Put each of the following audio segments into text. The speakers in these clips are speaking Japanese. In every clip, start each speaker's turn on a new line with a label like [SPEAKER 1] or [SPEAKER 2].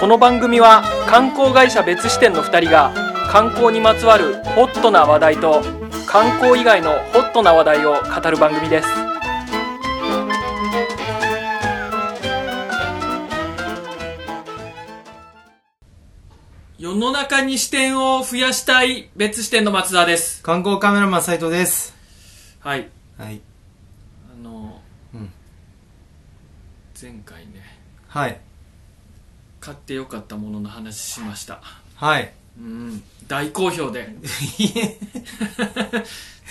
[SPEAKER 1] この番組は観光会社別支店の2人が観光にまつわるホットな話題と観光以外のホットな話題を語る番組です世の中に視点を増やしたい別支店の松田です
[SPEAKER 2] 観光カメラマン斉藤です。
[SPEAKER 1] はい
[SPEAKER 2] はい。
[SPEAKER 1] あの、
[SPEAKER 2] うん
[SPEAKER 1] 前回ね
[SPEAKER 2] はい。
[SPEAKER 1] 買ってよかったものの話しました
[SPEAKER 2] はい。
[SPEAKER 1] うん大好評で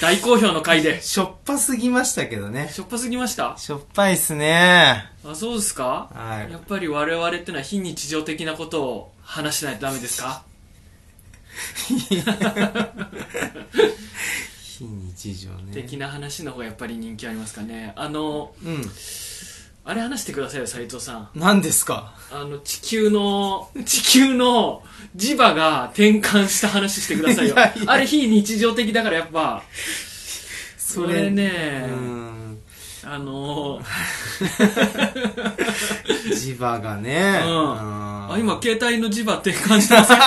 [SPEAKER 1] 大好評の回で
[SPEAKER 2] しょっぱすぎましたけどね。
[SPEAKER 1] しょっぱすぎました
[SPEAKER 2] しょっぱいっすね。
[SPEAKER 1] あそうですか、
[SPEAKER 2] はい
[SPEAKER 1] やっぱり我々ってのは非日常的なことを話しないとダメですか
[SPEAKER 2] 非日常ね。
[SPEAKER 1] 的な話の方がやっぱり人気ありますかねあの
[SPEAKER 2] うん。
[SPEAKER 1] あれ話してくださいよ斉藤さん
[SPEAKER 2] 何ですか
[SPEAKER 1] あの地球 の地球の磁場が転換した話してくださいよ
[SPEAKER 2] いやいや
[SPEAKER 1] あれ非日常的だからやっぱそ
[SPEAKER 2] そ
[SPEAKER 1] れね
[SPEAKER 2] う、ん。
[SPEAKER 1] あの
[SPEAKER 2] 磁場がね。
[SPEAKER 1] うん
[SPEAKER 2] うん
[SPEAKER 1] あ、今、携帯の磁場転換して ますよ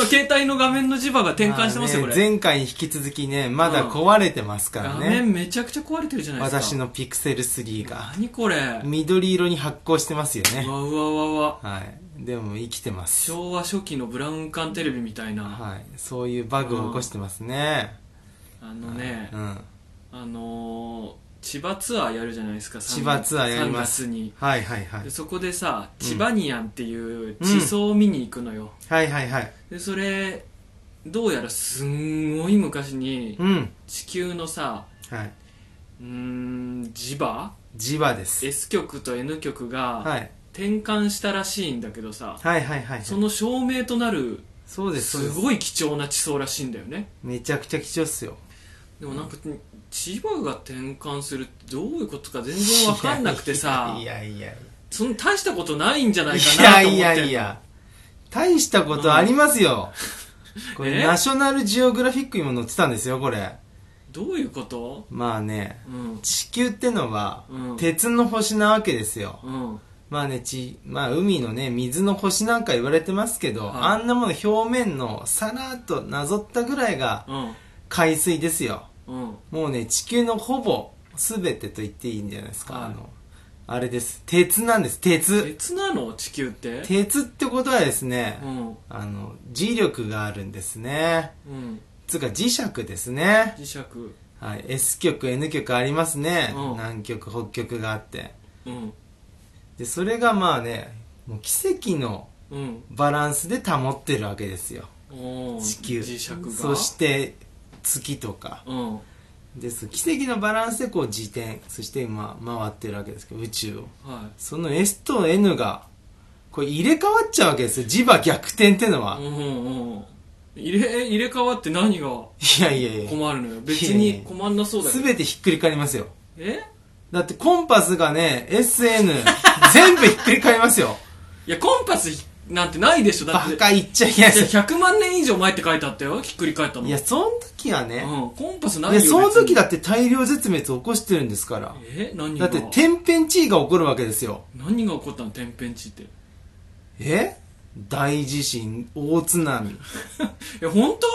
[SPEAKER 1] 今、携帯の画面の磁場が転換してますよ、こ
[SPEAKER 2] まあね
[SPEAKER 1] れ。
[SPEAKER 2] 前回に引き続きね、まだ壊れてますから
[SPEAKER 1] 画
[SPEAKER 2] ね。
[SPEAKER 1] 面めちゃくちゃ壊れてるじゃないですか。
[SPEAKER 2] 私。のピクセル3が。
[SPEAKER 1] 何これ。
[SPEAKER 2] 緑色に発光してますよね
[SPEAKER 1] う。わうわうわうわ。
[SPEAKER 2] はい。でも生きてます。
[SPEAKER 1] 昭和初期のブラウン管テレビみたいな。
[SPEAKER 2] はい。そういうバグを起こしてますね。
[SPEAKER 1] あのね
[SPEAKER 2] う、ん。
[SPEAKER 1] あのー、千葉ツアーやるじゃないですか、
[SPEAKER 2] 千葉ツアーやります
[SPEAKER 1] 3月に。
[SPEAKER 2] はいはいはい
[SPEAKER 1] で。そこでさ、
[SPEAKER 2] うん
[SPEAKER 1] 千葉ニアンっていう地層を見に行くのよ。
[SPEAKER 2] はいはいはい。
[SPEAKER 1] で、それ、どうやらすんごい昔に
[SPEAKER 2] う、ん。
[SPEAKER 1] 地球のさ、
[SPEAKER 2] はい。
[SPEAKER 1] うーん、磁場
[SPEAKER 2] 磁場です。
[SPEAKER 1] S 極と N 極
[SPEAKER 2] は
[SPEAKER 1] が
[SPEAKER 2] い。
[SPEAKER 1] 転換したらしいんだけどさ、
[SPEAKER 2] はいはいはい。
[SPEAKER 1] その証明となる
[SPEAKER 2] そうです、そう
[SPEAKER 1] す
[SPEAKER 2] です。
[SPEAKER 1] ごい貴重な地層らしいんだよね
[SPEAKER 2] めちゃくちゃ貴重っすよ。
[SPEAKER 1] でもなんか千葉が転換するってどういうことか全然わかんなくてさ
[SPEAKER 2] いやいやい
[SPEAKER 1] その大したことないんじゃな
[SPEAKER 2] や。
[SPEAKER 1] い
[SPEAKER 2] い
[SPEAKER 1] かなと
[SPEAKER 2] や
[SPEAKER 1] 思って
[SPEAKER 2] いやいや。大したことありま すよ。こ
[SPEAKER 1] え
[SPEAKER 2] れ、ナショナルジオグラフィックにも載ってたんですよ、これ。
[SPEAKER 1] どういうこと
[SPEAKER 2] まあね、
[SPEAKER 1] うん
[SPEAKER 2] 地球ってのは、
[SPEAKER 1] うん
[SPEAKER 2] 鉄の星なわけですよ。
[SPEAKER 1] うん
[SPEAKER 2] まあね、ち、まあ海のね、水の星なんか言われてますけど、
[SPEAKER 1] はい
[SPEAKER 2] あんなもの表面のさらっとなぞったぐらいが
[SPEAKER 1] うん
[SPEAKER 2] 海水ですよ。
[SPEAKER 1] うん
[SPEAKER 2] もうね、地球のほぼ全てと言っていいんじゃないですか。
[SPEAKER 1] はい
[SPEAKER 2] あの、あれです。鉄なんです。鉄。
[SPEAKER 1] 別なの地球って
[SPEAKER 2] 鉄ってことはですね、
[SPEAKER 1] うん
[SPEAKER 2] あの、磁力があるんですね。
[SPEAKER 1] うん
[SPEAKER 2] つうか磁石ですね。
[SPEAKER 1] 磁石
[SPEAKER 2] はい。S 極、N 極ありますね。
[SPEAKER 1] うん
[SPEAKER 2] 南極、北極があって。
[SPEAKER 1] うん
[SPEAKER 2] で、それがまあね、もう奇跡の
[SPEAKER 1] うん
[SPEAKER 2] バランスで保ってるわけですよ。
[SPEAKER 1] おー
[SPEAKER 2] 地球。
[SPEAKER 1] 磁石が
[SPEAKER 2] そして、月とか。
[SPEAKER 1] うん
[SPEAKER 2] です。奇跡のバランスでこう自転、そしてまあ回ってるわけですけど、宇宙を。
[SPEAKER 1] は
[SPEAKER 2] その S と N が、これ入れ替わっちゃうわけですよ。磁場逆転ってのは。
[SPEAKER 1] いうんうんうん入れ入れ替わって何が
[SPEAKER 2] いやいやいや。
[SPEAKER 1] 困るのよ別
[SPEAKER 2] いやい
[SPEAKER 1] に
[SPEAKER 2] や
[SPEAKER 1] 困んなそうだけ
[SPEAKER 2] す
[SPEAKER 1] ど
[SPEAKER 2] べてひっくり返りますよ。
[SPEAKER 1] え
[SPEAKER 2] だってコンパスがね、SN、全 部ひっくり返りますよ。
[SPEAKER 1] いやコンパスなんてないでしょ だ
[SPEAKER 2] バ
[SPEAKER 1] って
[SPEAKER 2] カ言っちゃいけないです
[SPEAKER 1] いや100万年以上前って書いてあったよひっくり返ったの
[SPEAKER 2] いや、その時はね、
[SPEAKER 1] うん、コンパスない
[SPEAKER 2] い
[SPEAKER 1] よ
[SPEAKER 2] や、その時だ
[SPEAKER 1] 別
[SPEAKER 2] って大量絶滅起こしてるんですから。
[SPEAKER 1] にえ何
[SPEAKER 2] だ
[SPEAKER 1] が
[SPEAKER 2] って天変地異が起こるわけですよ。
[SPEAKER 1] 何が起こったの天変地異ってい
[SPEAKER 2] え大地震、大津波、
[SPEAKER 1] や本当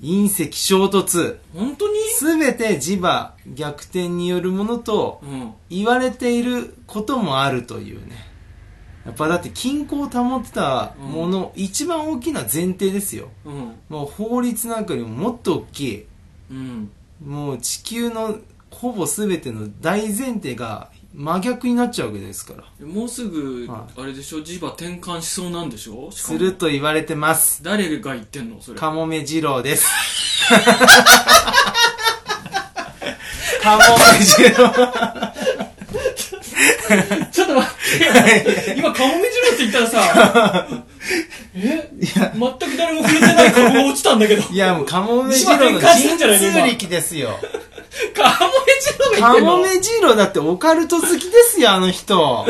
[SPEAKER 2] 隕石衝突、
[SPEAKER 1] 本当に
[SPEAKER 2] すべて磁場逆転によるものと
[SPEAKER 1] うん
[SPEAKER 2] 言われていることもあるというね。やっぱだって均衡を保ってたもの、一番大きな前提ですよ。
[SPEAKER 1] うん
[SPEAKER 2] もう法律なんかよりももっと大きい、
[SPEAKER 1] うん
[SPEAKER 2] もう地球のほぼ全ての大前提が真逆になっちゃうわけですから。
[SPEAKER 1] もうすぐ、
[SPEAKER 2] は
[SPEAKER 1] あれでしょ磁場転換しそうなんでしょしか
[SPEAKER 2] す
[SPEAKER 1] も
[SPEAKER 2] ると言われてます。
[SPEAKER 1] 誰が言ってんのそれ
[SPEAKER 2] カモメ二郎です。 カモメ二郎。
[SPEAKER 1] ちょっと待って、今、顔目白って言ったらさ、 え全く誰も触れてない顔が落ちたんだけど。
[SPEAKER 2] いや、もうカモメ二郎の神通力ですよ。
[SPEAKER 1] 顔目白が言って
[SPEAKER 2] カ
[SPEAKER 1] んの
[SPEAKER 2] モメ二郎だってオカルト好きですよ、あの人。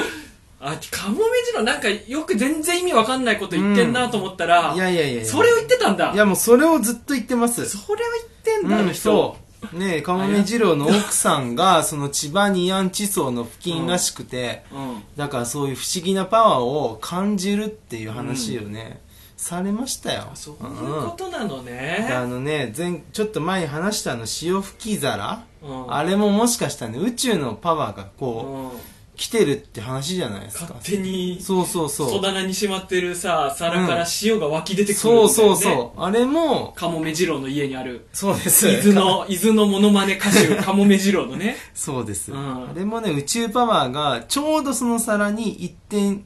[SPEAKER 1] あ、カモメ白なんかよく全然意味わかんないこと言ってんなと思ったら、
[SPEAKER 2] いやいやいやいや。
[SPEAKER 1] それを言ってたんだ。
[SPEAKER 2] いや、もうそれをずっと言ってます。
[SPEAKER 1] それを言ってんだ、あ
[SPEAKER 2] う
[SPEAKER 1] の
[SPEAKER 2] ん、そ
[SPEAKER 1] 人。
[SPEAKER 2] う。ねえ、かもめ二郎の奥さんが、その千葉ニアン地層の付近らしくて、
[SPEAKER 1] うん
[SPEAKER 2] だからそういう不思議なパワーを感じるっていう話をね、されましたよ。
[SPEAKER 1] そういうことなの
[SPEAKER 2] うんであ
[SPEAKER 1] ね、
[SPEAKER 2] のね、前、ちょっと前に話したあの潮吹き皿、
[SPEAKER 1] うん、
[SPEAKER 2] あれももしかしたらね、宇宙のパワーがこう、
[SPEAKER 1] うん
[SPEAKER 2] 来てるって話じゃないですか。
[SPEAKER 1] 勝手に
[SPEAKER 2] そうそうそう。
[SPEAKER 1] 戸棚にしまってるさ皿から塩が湧き出てくるんだよ
[SPEAKER 2] そ
[SPEAKER 1] ね
[SPEAKER 2] うそうそう。あれも、
[SPEAKER 1] カモメ二郎の家にある
[SPEAKER 2] そうです。
[SPEAKER 1] 伊豆の伊豆のモノマネ歌手カモメ二郎のね
[SPEAKER 2] そうです、
[SPEAKER 1] うん
[SPEAKER 2] あれもね宇宙パワーがちょうどその皿に一点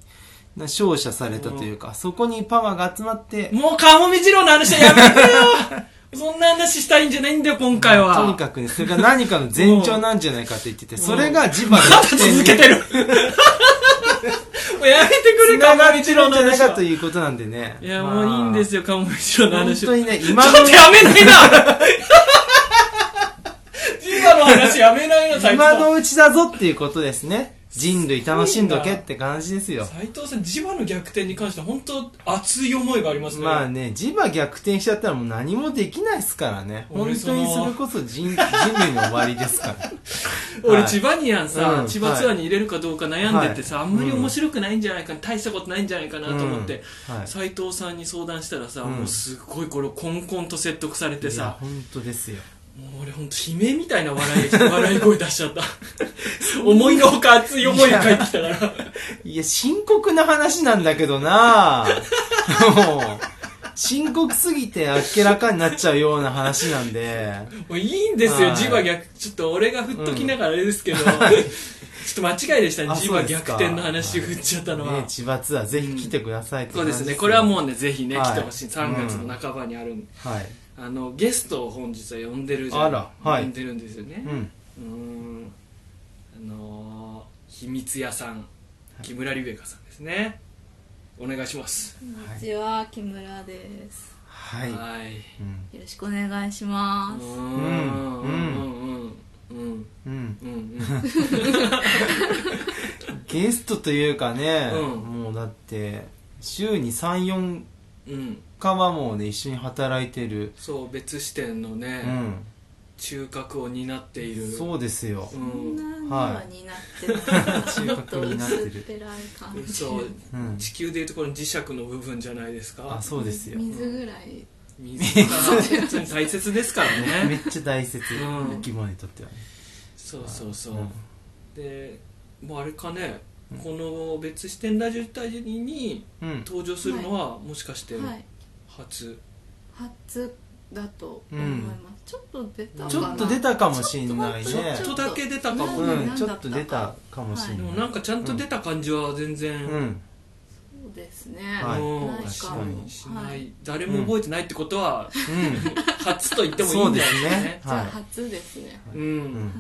[SPEAKER 2] な照射されたというか、そこにパワーが集まって、
[SPEAKER 1] もうカモメ二郎の話はやめてよそんな話したいんじゃないんだよ今回は
[SPEAKER 2] とにかくねそれが何かの前兆なんじゃないかって言ってて、それが磁場が
[SPEAKER 1] まだ続けてるもうやめてくれ
[SPEAKER 2] つな
[SPEAKER 1] カモ
[SPEAKER 2] が
[SPEAKER 1] メ
[SPEAKER 2] り
[SPEAKER 1] 二
[SPEAKER 2] て
[SPEAKER 1] 郎
[SPEAKER 2] るん
[SPEAKER 1] の
[SPEAKER 2] じゃ な
[SPEAKER 1] 話
[SPEAKER 2] いか
[SPEAKER 1] は
[SPEAKER 2] ということなんでね
[SPEAKER 1] いやもういいんですよカモメ二郎の
[SPEAKER 2] 本
[SPEAKER 1] 話
[SPEAKER 2] 当
[SPEAKER 1] は
[SPEAKER 2] にね
[SPEAKER 1] ちょ
[SPEAKER 2] 今
[SPEAKER 1] っ
[SPEAKER 2] の
[SPEAKER 1] とやめないな今の話やめないな斉藤さ
[SPEAKER 2] 今
[SPEAKER 1] ん
[SPEAKER 2] のうちだぞっていうことですね人類楽しんどけって感じですよ
[SPEAKER 1] 斉藤さん磁場の逆転に関しては本当熱い思いがありますね、
[SPEAKER 2] まあね磁場逆転しちゃったらもう何もできないですからね本当
[SPEAKER 1] 俺
[SPEAKER 2] に
[SPEAKER 1] そ
[SPEAKER 2] そ
[SPEAKER 1] の
[SPEAKER 2] れこそ人人類の終わりで すから
[SPEAKER 1] 俺
[SPEAKER 2] はい
[SPEAKER 1] 千葉にやんさ、
[SPEAKER 2] うん
[SPEAKER 1] 千葉ツアーに入れるかどうか悩んでてさ、
[SPEAKER 2] はい
[SPEAKER 1] あんまり面白くないんじゃないかな、大したことないんじゃないかなと思って、
[SPEAKER 2] うんはい
[SPEAKER 1] 斉藤さんに相談したらさ、
[SPEAKER 2] うん
[SPEAKER 1] もうすごいこれをコンコンと説得されて
[SPEAKER 2] いや
[SPEAKER 1] さ
[SPEAKER 2] 本当ですよ
[SPEAKER 1] もう俺ほんと悲鳴みたいな笑い笑い声出しちゃった 思いのほか熱い思いが返ってきたから
[SPEAKER 2] いや、深刻な話なんだけどなもう、深刻すぎてあっけらかになっちゃうような話なんで、
[SPEAKER 1] もういいんですよ、
[SPEAKER 2] はい
[SPEAKER 1] 磁場逆ちょっと俺が振っときながらあれですけど、ちょっと間違いでしたね
[SPEAKER 2] あ
[SPEAKER 1] 磁
[SPEAKER 2] そう
[SPEAKER 1] 場
[SPEAKER 2] です
[SPEAKER 1] 逆
[SPEAKER 2] か
[SPEAKER 1] 転の話振っちゃったのは、
[SPEAKER 2] ね、千葉ツアーぜひ来てくださいって
[SPEAKER 1] そう
[SPEAKER 2] 感じ
[SPEAKER 1] ですねこれはも
[SPEAKER 2] う、
[SPEAKER 1] うねぜひね、
[SPEAKER 2] はい
[SPEAKER 1] 来てほしい3月の半ばにあるんで、
[SPEAKER 2] はい。
[SPEAKER 1] あのゲストを本日は呼んでるじゃん
[SPEAKER 2] あらはい
[SPEAKER 1] 呼んでるんですよね
[SPEAKER 2] うん。
[SPEAKER 1] うーんあのー秘密屋さん木村龍香さんですねお願いします
[SPEAKER 3] こんにちは、木村です。
[SPEAKER 2] はい。
[SPEAKER 1] はい
[SPEAKER 2] うん。
[SPEAKER 3] よろしくお願いし
[SPEAKER 1] うー
[SPEAKER 3] ま
[SPEAKER 1] ん
[SPEAKER 3] す。
[SPEAKER 1] う
[SPEAKER 2] うん
[SPEAKER 1] うんうん
[SPEAKER 2] うん。
[SPEAKER 1] うんうん
[SPEAKER 2] ゲストというかね、
[SPEAKER 1] うん
[SPEAKER 2] もうだって、週に3、4
[SPEAKER 1] うんうん
[SPEAKER 2] 回はもうね、一緒に働いてる。
[SPEAKER 1] そう別視点のね、
[SPEAKER 2] うん。
[SPEAKER 1] 中核を担っている
[SPEAKER 2] そうです よ。
[SPEAKER 1] う
[SPEAKER 3] こ
[SPEAKER 1] ん
[SPEAKER 3] んなにはになってる。ちょっと薄っぺらい感じ。
[SPEAKER 1] そう
[SPEAKER 2] うん。
[SPEAKER 1] 地球でいうところの磁石の部分じゃないですか
[SPEAKER 2] あ、そうですよ。
[SPEAKER 3] 水ぐらい。
[SPEAKER 1] 水 が本当に大切ですから
[SPEAKER 2] め
[SPEAKER 1] ね
[SPEAKER 2] っちゃ大切。
[SPEAKER 1] うん
[SPEAKER 2] 生き物にとってはね。
[SPEAKER 1] そうそうそう、
[SPEAKER 2] ん
[SPEAKER 1] でもうあれかね、
[SPEAKER 2] うん
[SPEAKER 1] この別視点ラジオ体に
[SPEAKER 2] うん。
[SPEAKER 1] 登場するのは、もしかして
[SPEAKER 3] はい。
[SPEAKER 1] 初、
[SPEAKER 3] 初だと思います。ちょっと出たかな。
[SPEAKER 2] ちょっと出たかもしんないね。
[SPEAKER 3] ちょ
[SPEAKER 1] ちょ
[SPEAKER 3] と
[SPEAKER 1] っとだけ出たかも、
[SPEAKER 3] う
[SPEAKER 2] うんん、ちょっと出たかもしれ
[SPEAKER 1] で
[SPEAKER 2] ない。
[SPEAKER 1] もなんかちゃんと出た感じは全然、
[SPEAKER 2] うん、
[SPEAKER 3] そうですね。
[SPEAKER 2] はい
[SPEAKER 1] うん
[SPEAKER 3] ないか
[SPEAKER 1] しないしない
[SPEAKER 3] はい
[SPEAKER 1] 誰も覚えてないってことは、
[SPEAKER 2] う
[SPEAKER 1] 初と言ってもいいんだよ
[SPEAKER 2] そうですね
[SPEAKER 1] ね
[SPEAKER 3] じゃあ
[SPEAKER 2] はい
[SPEAKER 3] 初ですね。
[SPEAKER 1] うん、
[SPEAKER 2] ん、うん、
[SPEAKER 3] はい。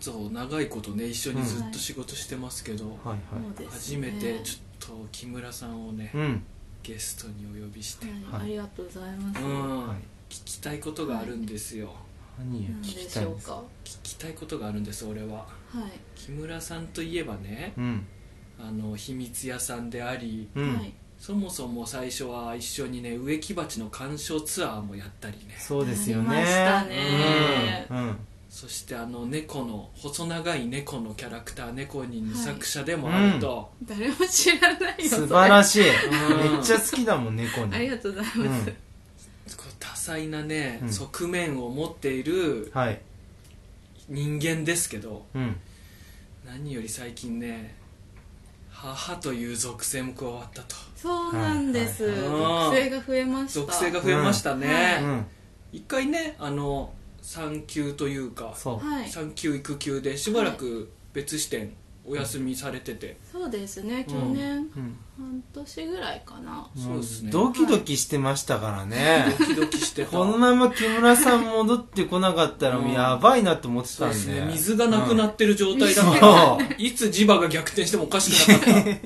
[SPEAKER 1] そう長いことね一緒にずっと仕事してますけど、
[SPEAKER 2] はいはい。
[SPEAKER 3] そうですね。
[SPEAKER 1] 初めてちょっと木村さんをね、
[SPEAKER 2] うん、
[SPEAKER 1] ゲストにお呼びして、
[SPEAKER 3] はい。ありがとうございます。
[SPEAKER 1] うん
[SPEAKER 2] はい。
[SPEAKER 1] 聞きたいことがあるんですよ、
[SPEAKER 2] 何を
[SPEAKER 3] なん
[SPEAKER 2] 聞
[SPEAKER 3] で
[SPEAKER 2] き
[SPEAKER 3] した
[SPEAKER 2] い
[SPEAKER 3] ょ
[SPEAKER 2] ん
[SPEAKER 3] う
[SPEAKER 2] です
[SPEAKER 3] か。
[SPEAKER 2] か。
[SPEAKER 3] は。
[SPEAKER 1] 聞きたいことがあるんです俺はい木村さんといえばね
[SPEAKER 2] うん、
[SPEAKER 1] あの秘密屋さんであり
[SPEAKER 2] うん、
[SPEAKER 3] はい、
[SPEAKER 1] そもそも最初は一緒にね植木鉢の鑑賞ツアーもやったりね
[SPEAKER 2] そうですよね。
[SPEAKER 3] なりましたね
[SPEAKER 2] うん、うん、
[SPEAKER 1] そしてあの猫の細長い猫のキャラクター猫人の作者でもあると、
[SPEAKER 3] 誰も知らないよ
[SPEAKER 2] 素晴ら
[SPEAKER 3] しい
[SPEAKER 2] しい。め
[SPEAKER 1] うん
[SPEAKER 2] っちゃ好きだもん猫に。
[SPEAKER 3] ありがとうございます、
[SPEAKER 1] こう多彩なね、
[SPEAKER 2] うん
[SPEAKER 1] 側面を持っている
[SPEAKER 2] うん、はい、
[SPEAKER 1] 人間ですけど
[SPEAKER 2] うん。
[SPEAKER 1] 何より最近ね母という属性も加わったと
[SPEAKER 3] そうなんです、
[SPEAKER 1] はいはい
[SPEAKER 3] 属性が増えました
[SPEAKER 1] 属性が増えましたね、
[SPEAKER 3] う
[SPEAKER 2] うん、
[SPEAKER 1] 一回ねあの産休というか
[SPEAKER 2] そう。
[SPEAKER 3] はい
[SPEAKER 1] 産休育休でしばらく別支店お休みされてて、
[SPEAKER 3] そうですね去年
[SPEAKER 2] うん、
[SPEAKER 3] 半年ぐらいかな、
[SPEAKER 1] そうですね
[SPEAKER 2] ドキドキしてましたからね。
[SPEAKER 1] ドキドキしてた
[SPEAKER 2] このまま木村さん戻ってこなかったら、
[SPEAKER 1] うん
[SPEAKER 2] やばいなと思って
[SPEAKER 1] そう
[SPEAKER 2] たん
[SPEAKER 1] で
[SPEAKER 2] で。
[SPEAKER 1] すね水がなくなってる状態だから、
[SPEAKER 2] そう。
[SPEAKER 1] いつ磁場が逆転してもおかしくなか った
[SPEAKER 3] い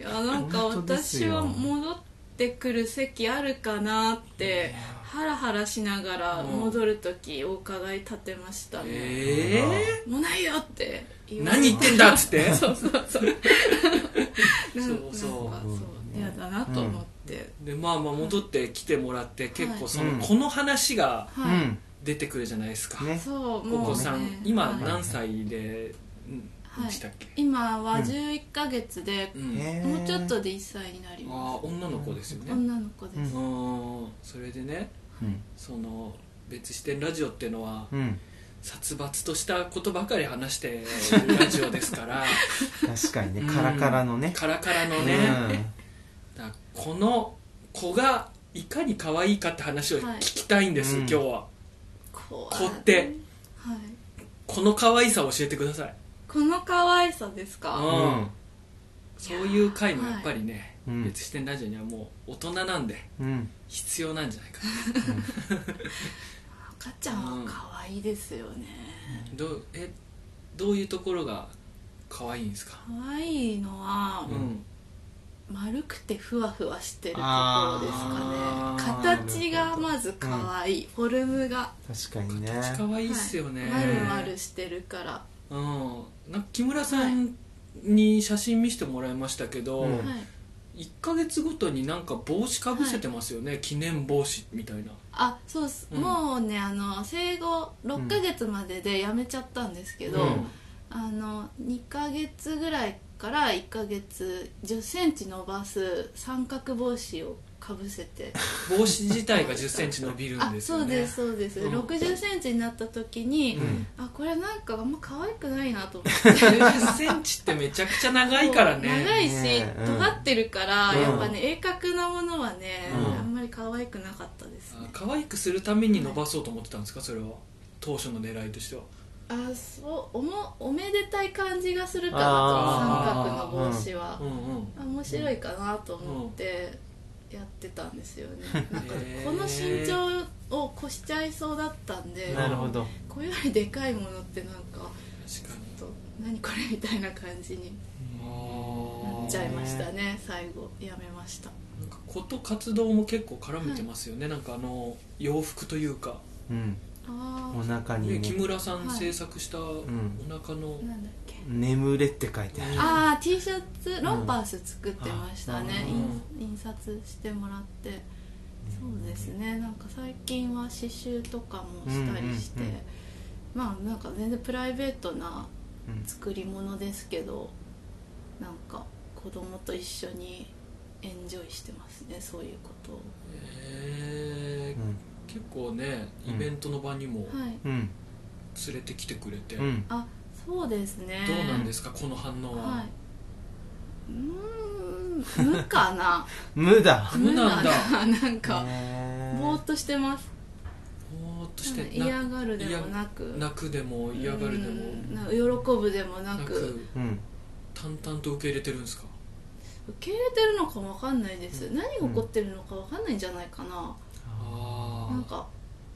[SPEAKER 3] やなんか
[SPEAKER 2] 本当です
[SPEAKER 3] 私
[SPEAKER 2] よ
[SPEAKER 3] は戻ってくる席あるかなってハラハラしながら戻る時お伺い立てましたね、
[SPEAKER 1] え
[SPEAKER 3] もうないよって
[SPEAKER 1] え
[SPEAKER 3] 言われ
[SPEAKER 1] 何言ってんだっつって
[SPEAKER 3] そ うそうそう
[SPEAKER 1] そ
[SPEAKER 3] なんなん
[SPEAKER 1] う
[SPEAKER 3] か
[SPEAKER 1] そ
[SPEAKER 3] そうう嫌だなと思って、
[SPEAKER 1] でまあまあ戻ってきてもらって結構その、
[SPEAKER 3] はい
[SPEAKER 2] うん
[SPEAKER 1] この話が
[SPEAKER 3] はい、
[SPEAKER 2] うん
[SPEAKER 1] 出てくるじゃないですか、
[SPEAKER 2] ね
[SPEAKER 3] そう
[SPEAKER 1] お
[SPEAKER 3] も
[SPEAKER 1] 子
[SPEAKER 3] う、ね
[SPEAKER 1] さん、、今
[SPEAKER 3] はい
[SPEAKER 1] 何歳でん
[SPEAKER 3] はい
[SPEAKER 1] でしたっけ、
[SPEAKER 3] 今は
[SPEAKER 2] うん
[SPEAKER 3] 11ヶ月で、
[SPEAKER 1] うん
[SPEAKER 2] へー
[SPEAKER 3] もうちょっとで1歳になりま
[SPEAKER 1] ああ女の子ですよ
[SPEAKER 3] す、
[SPEAKER 1] ね、
[SPEAKER 3] 女の子です、
[SPEAKER 2] うん
[SPEAKER 1] うんそれでね
[SPEAKER 2] うん
[SPEAKER 1] その別視点ラジオっていうのは
[SPEAKER 2] うん
[SPEAKER 1] 殺伐としたことばかり話してるラジオですから
[SPEAKER 2] 確かに ね、
[SPEAKER 1] うん
[SPEAKER 2] カラカラのね
[SPEAKER 1] カラカラのね、だからこの子がいかに可愛いかって話を聞きたいんです、
[SPEAKER 2] はい
[SPEAKER 1] 今日は
[SPEAKER 3] こ
[SPEAKER 1] 子って
[SPEAKER 3] はい、
[SPEAKER 1] この可愛さを教えてください
[SPEAKER 3] この可愛さですか、
[SPEAKER 2] うん、うん
[SPEAKER 1] そういう回もやっぱりね、
[SPEAKER 2] うん
[SPEAKER 1] 別視点ラジオにはもう大人なんで
[SPEAKER 2] うん
[SPEAKER 1] 必要なんじゃないか
[SPEAKER 3] 赤ちゃんは可愛いですよね、
[SPEAKER 1] などうえどういうところが可愛いんですか、
[SPEAKER 3] 可愛いのは
[SPEAKER 1] う、ん
[SPEAKER 3] 丸くてふわふわしてるところです
[SPEAKER 1] あー
[SPEAKER 3] かね形がまず可愛い、フォルムが
[SPEAKER 2] 確かにね
[SPEAKER 1] 形可愛いっすよね、
[SPEAKER 3] まるまるしてるから、は
[SPEAKER 1] うん、なんか木村さんに写真見せてもらいましたけど、
[SPEAKER 2] うん
[SPEAKER 3] い、
[SPEAKER 1] 一1か月ごとになんか帽子かぶせてますよね、記念帽子みたいな
[SPEAKER 3] あそうっす、
[SPEAKER 1] うん
[SPEAKER 3] もうねあの生後6ヶ月まででやめちゃったんですけど、
[SPEAKER 2] うん
[SPEAKER 3] あの2ヶ月ぐらいから1ヶ月1 0ンチ伸ばす三角帽子をかぶせて、
[SPEAKER 1] 帽子自体が1 0ンチ伸びるん
[SPEAKER 3] あ
[SPEAKER 1] です
[SPEAKER 3] そ
[SPEAKER 1] よ
[SPEAKER 3] う
[SPEAKER 1] ね
[SPEAKER 3] ですそうです、
[SPEAKER 1] うん
[SPEAKER 3] 6 0ンチになった時に、
[SPEAKER 2] うん
[SPEAKER 3] あこれなんかあんま可愛くないなと思って
[SPEAKER 1] 1 0ンチってめちゃくちゃ 長いからね
[SPEAKER 3] 長いし、
[SPEAKER 2] ねうん
[SPEAKER 3] 尖ってるから、
[SPEAKER 1] うん
[SPEAKER 3] やっぱね鋭角なものはね、
[SPEAKER 1] うん
[SPEAKER 3] あんまり可愛くなかったです
[SPEAKER 1] あ
[SPEAKER 3] ね
[SPEAKER 1] 可愛くするために伸ばそうと思ってたんですかそれは当初の狙いとしては
[SPEAKER 3] あそうおもおめでたい感じがするかな
[SPEAKER 1] ー
[SPEAKER 2] あ
[SPEAKER 3] と三角の帽子は
[SPEAKER 1] う、んうん
[SPEAKER 3] あ面白いかなと思ってやってたんですよね、なんか
[SPEAKER 1] へー
[SPEAKER 3] この身長を越しちゃいそうだったんで
[SPEAKER 2] なるほど
[SPEAKER 3] これよりでかいものってなんか
[SPEAKER 1] 確かに
[SPEAKER 3] ちょっと何これみたいな感じにな
[SPEAKER 1] あ
[SPEAKER 3] っちゃいましたね最後やめました
[SPEAKER 1] あなんかこと活動も結構絡めてますよね、なんかあの洋服というか
[SPEAKER 2] うん
[SPEAKER 3] あ
[SPEAKER 2] お腹
[SPEAKER 1] ね、
[SPEAKER 2] に
[SPEAKER 1] 木
[SPEAKER 2] ね
[SPEAKER 1] 村さん制作したお
[SPEAKER 2] ん
[SPEAKER 1] 腹の、
[SPEAKER 3] あなんだっけ
[SPEAKER 2] 眠れって書いてある
[SPEAKER 3] あー T シャツロンパース作ってましたね、
[SPEAKER 1] う
[SPEAKER 3] 印印刷してもらってそうですねなんか最近は刺繍とかもしたりして、
[SPEAKER 2] うんうんうん
[SPEAKER 3] まあなんか全然プライベートな
[SPEAKER 2] うん
[SPEAKER 3] 作り物ですけどなんか子供と一緒にエンジョイしてますねそういうことを
[SPEAKER 1] えー結構ねイ
[SPEAKER 2] うん
[SPEAKER 1] ベントの場にも
[SPEAKER 3] はい
[SPEAKER 2] うんうん
[SPEAKER 1] 連れてきてくれて、
[SPEAKER 2] うん
[SPEAKER 3] あそうですね
[SPEAKER 1] どうなんですかこの反応は、
[SPEAKER 3] はいうーん無かな
[SPEAKER 2] 無だ
[SPEAKER 1] 無なんだ
[SPEAKER 3] 無ななんか、
[SPEAKER 2] ね
[SPEAKER 3] ぼーっとしてます
[SPEAKER 1] ぼーっとし
[SPEAKER 3] う
[SPEAKER 1] て
[SPEAKER 3] ん嫌がるでもなく
[SPEAKER 1] 泣くでも嫌がるでも
[SPEAKER 3] うんな喜ぶでもな
[SPEAKER 1] な
[SPEAKER 3] く
[SPEAKER 1] く
[SPEAKER 2] うん
[SPEAKER 1] 淡々と受け入れてるんですか
[SPEAKER 3] 受け入れてるのかわかんないです、何が起こってるのかわかんないんじゃないかな、
[SPEAKER 1] あ
[SPEAKER 3] なん
[SPEAKER 1] あ
[SPEAKER 3] か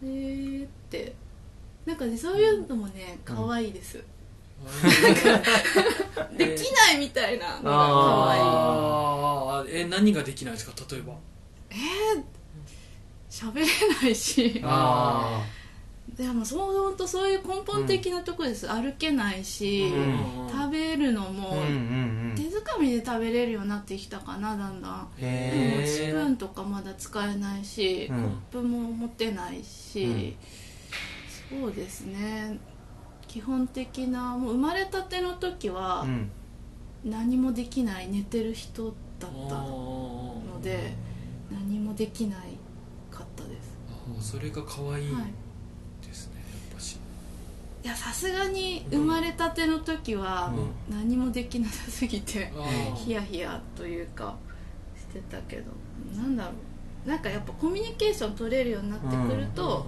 [SPEAKER 3] えーってなんかねそういうのもね可愛いです、できないみたいなのが可愛い
[SPEAKER 1] あーえ何ができないですか例えば
[SPEAKER 3] 喋れないし
[SPEAKER 1] あ
[SPEAKER 3] でもそうほんとそういう根本的なとこです、歩けないし、
[SPEAKER 2] うん
[SPEAKER 3] 食べるの
[SPEAKER 2] うん
[SPEAKER 3] も、
[SPEAKER 2] うんうん
[SPEAKER 3] 手づかみで食べれるようになってきたかなだんだん
[SPEAKER 2] へ
[SPEAKER 3] スプー
[SPEAKER 1] え
[SPEAKER 3] ンとかまだ使えないし、
[SPEAKER 2] うん
[SPEAKER 3] コップも持てないし、そうですね基本的なもう生まれたての時は
[SPEAKER 2] うん
[SPEAKER 3] 何もできない寝てる人だったので何もできないかったです、
[SPEAKER 1] あーそれが可愛い
[SPEAKER 3] はい、
[SPEAKER 1] ですね、やっぱし
[SPEAKER 3] いやさすがに生まれたての時は
[SPEAKER 2] う
[SPEAKER 3] 何もできなさすぎて、
[SPEAKER 1] あー
[SPEAKER 3] ヒヤヒヤというかしてたけどなんだろうなんかやっぱコミュニケーション取れるようになってくると、
[SPEAKER 1] うんうんうん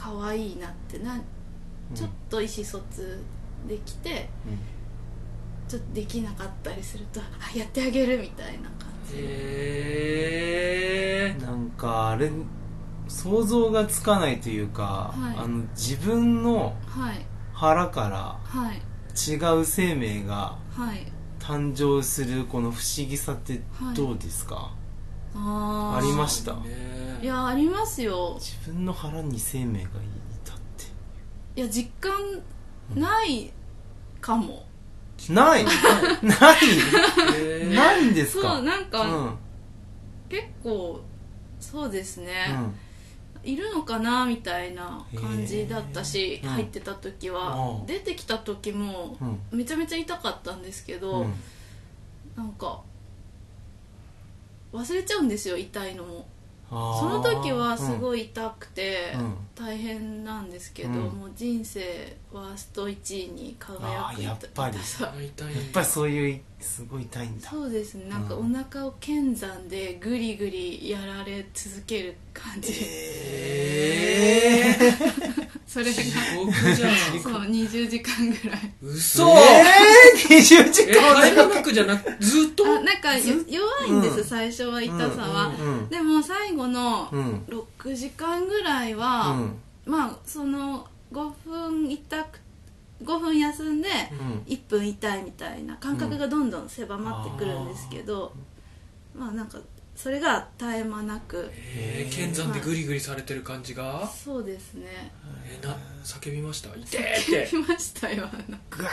[SPEAKER 3] 可愛いなってなちょっと意思疎通できてちょっとできなかったりするとあやってあげるみたいな感じ、
[SPEAKER 1] へ
[SPEAKER 2] うん
[SPEAKER 1] え
[SPEAKER 2] なんかあれ想像がつかないというか
[SPEAKER 3] はい
[SPEAKER 2] あの自分の
[SPEAKER 3] はい
[SPEAKER 2] 腹から
[SPEAKER 3] はい
[SPEAKER 2] 違う生命が
[SPEAKER 3] はい
[SPEAKER 2] 誕生するこの不思議さってどうですか
[SPEAKER 3] あ
[SPEAKER 2] あ
[SPEAKER 3] ー
[SPEAKER 2] りました
[SPEAKER 3] いやありますよ
[SPEAKER 2] 自分の腹に生命がいたって
[SPEAKER 3] いや実感ないかも、
[SPEAKER 2] ないないないんです
[SPEAKER 3] そう
[SPEAKER 2] か
[SPEAKER 3] なん
[SPEAKER 2] う
[SPEAKER 3] か、
[SPEAKER 2] ん
[SPEAKER 3] 結構そうですね、いるのかなみたいな感じだったし、
[SPEAKER 2] へー
[SPEAKER 3] 入ってた時は、
[SPEAKER 2] うん
[SPEAKER 3] 出てきた時も
[SPEAKER 2] うん
[SPEAKER 3] めちゃめちゃ痛かったんですけど、
[SPEAKER 2] うん
[SPEAKER 3] なんか忘れちゃうんですよ痛いのも
[SPEAKER 2] あー
[SPEAKER 3] その時はす
[SPEAKER 2] うん
[SPEAKER 3] ごい痛くて
[SPEAKER 2] うん
[SPEAKER 3] 大変なんですけど、
[SPEAKER 2] うん
[SPEAKER 3] もう人生ワースト1位に輝
[SPEAKER 2] あ
[SPEAKER 3] く
[SPEAKER 2] ーやっぱり
[SPEAKER 3] 痛さ
[SPEAKER 1] あ痛い
[SPEAKER 2] やっぱりそういうすごい痛いんだ
[SPEAKER 3] そうですねなんかお
[SPEAKER 2] うん
[SPEAKER 3] 腹を剣山でぐりぐりやられ続ける感じ、
[SPEAKER 1] ええ
[SPEAKER 3] それが
[SPEAKER 1] 地獄じゃん
[SPEAKER 3] そう20時間ぐらい
[SPEAKER 1] 嘘
[SPEAKER 2] ええー、20時
[SPEAKER 1] え
[SPEAKER 2] 間
[SPEAKER 1] 入らなくじゃなくずっと
[SPEAKER 3] あなんかよ弱いんです、
[SPEAKER 2] うん
[SPEAKER 3] 最初は痛さは、
[SPEAKER 2] うん
[SPEAKER 3] でも最後の
[SPEAKER 2] うん
[SPEAKER 3] 6時間ぐらいうは、
[SPEAKER 2] ん
[SPEAKER 3] まあその5分痛く5分休んで
[SPEAKER 2] うん
[SPEAKER 3] 1分痛いみたいな感覚がどんどん狭まってくるんですけど、まあなんかそれが絶え間なく
[SPEAKER 1] えー、剣山でグリグリされてる感じが、
[SPEAKER 3] そうですね
[SPEAKER 1] えーな叫びました痛えって
[SPEAKER 3] 来ましたよなんか
[SPEAKER 2] ぐわ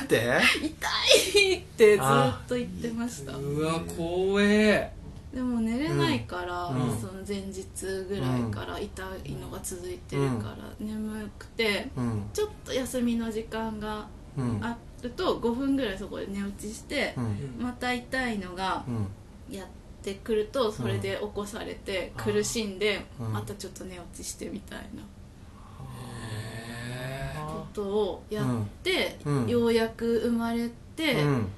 [SPEAKER 2] ーって
[SPEAKER 3] 痛いってずっと言ってました
[SPEAKER 1] うわ怖え
[SPEAKER 3] でも寝れないから、
[SPEAKER 2] うん
[SPEAKER 3] その前日ぐらいから痛いのが続いてるから、眠くて
[SPEAKER 2] うん
[SPEAKER 3] ちょっと休みの時間が
[SPEAKER 2] うん
[SPEAKER 3] あると5分ぐらいそこで寝落ちして
[SPEAKER 2] う、
[SPEAKER 1] うんん
[SPEAKER 3] また痛いのが
[SPEAKER 2] うん
[SPEAKER 3] やってくるとそれで起こされて
[SPEAKER 2] うん
[SPEAKER 3] 苦しんで
[SPEAKER 2] うん
[SPEAKER 3] またちょっと寝落ちしてみたいな
[SPEAKER 1] えー
[SPEAKER 3] ことをやって、
[SPEAKER 2] うん
[SPEAKER 3] ようやく生まれて、
[SPEAKER 2] うん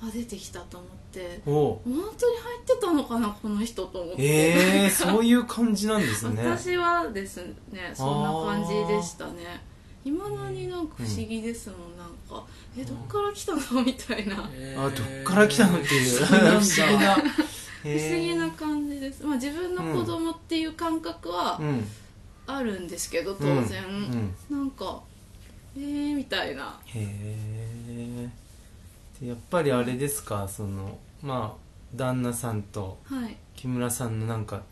[SPEAKER 3] あ出てきたと思って
[SPEAKER 2] おう
[SPEAKER 3] 本当に入ってたのかなこの人と思って、
[SPEAKER 2] え えそういう感じなんですね
[SPEAKER 3] 私はですねそんな感じでしたねいまだになんか不思議ですもん、なんかえどっから来たのみたいな、
[SPEAKER 1] えー
[SPEAKER 2] あどっから来たのっていう
[SPEAKER 1] そうなんだ
[SPEAKER 2] 不思議な不
[SPEAKER 3] 不思議な感じです、まあ、自分の子供っていう感覚は
[SPEAKER 2] うん
[SPEAKER 3] あるんですけど当然、
[SPEAKER 2] うんうん
[SPEAKER 3] なんかえーみたいな
[SPEAKER 2] へえでやっぱりあれですかそのまあ旦那さんと
[SPEAKER 3] はい
[SPEAKER 2] 木村さんのなんか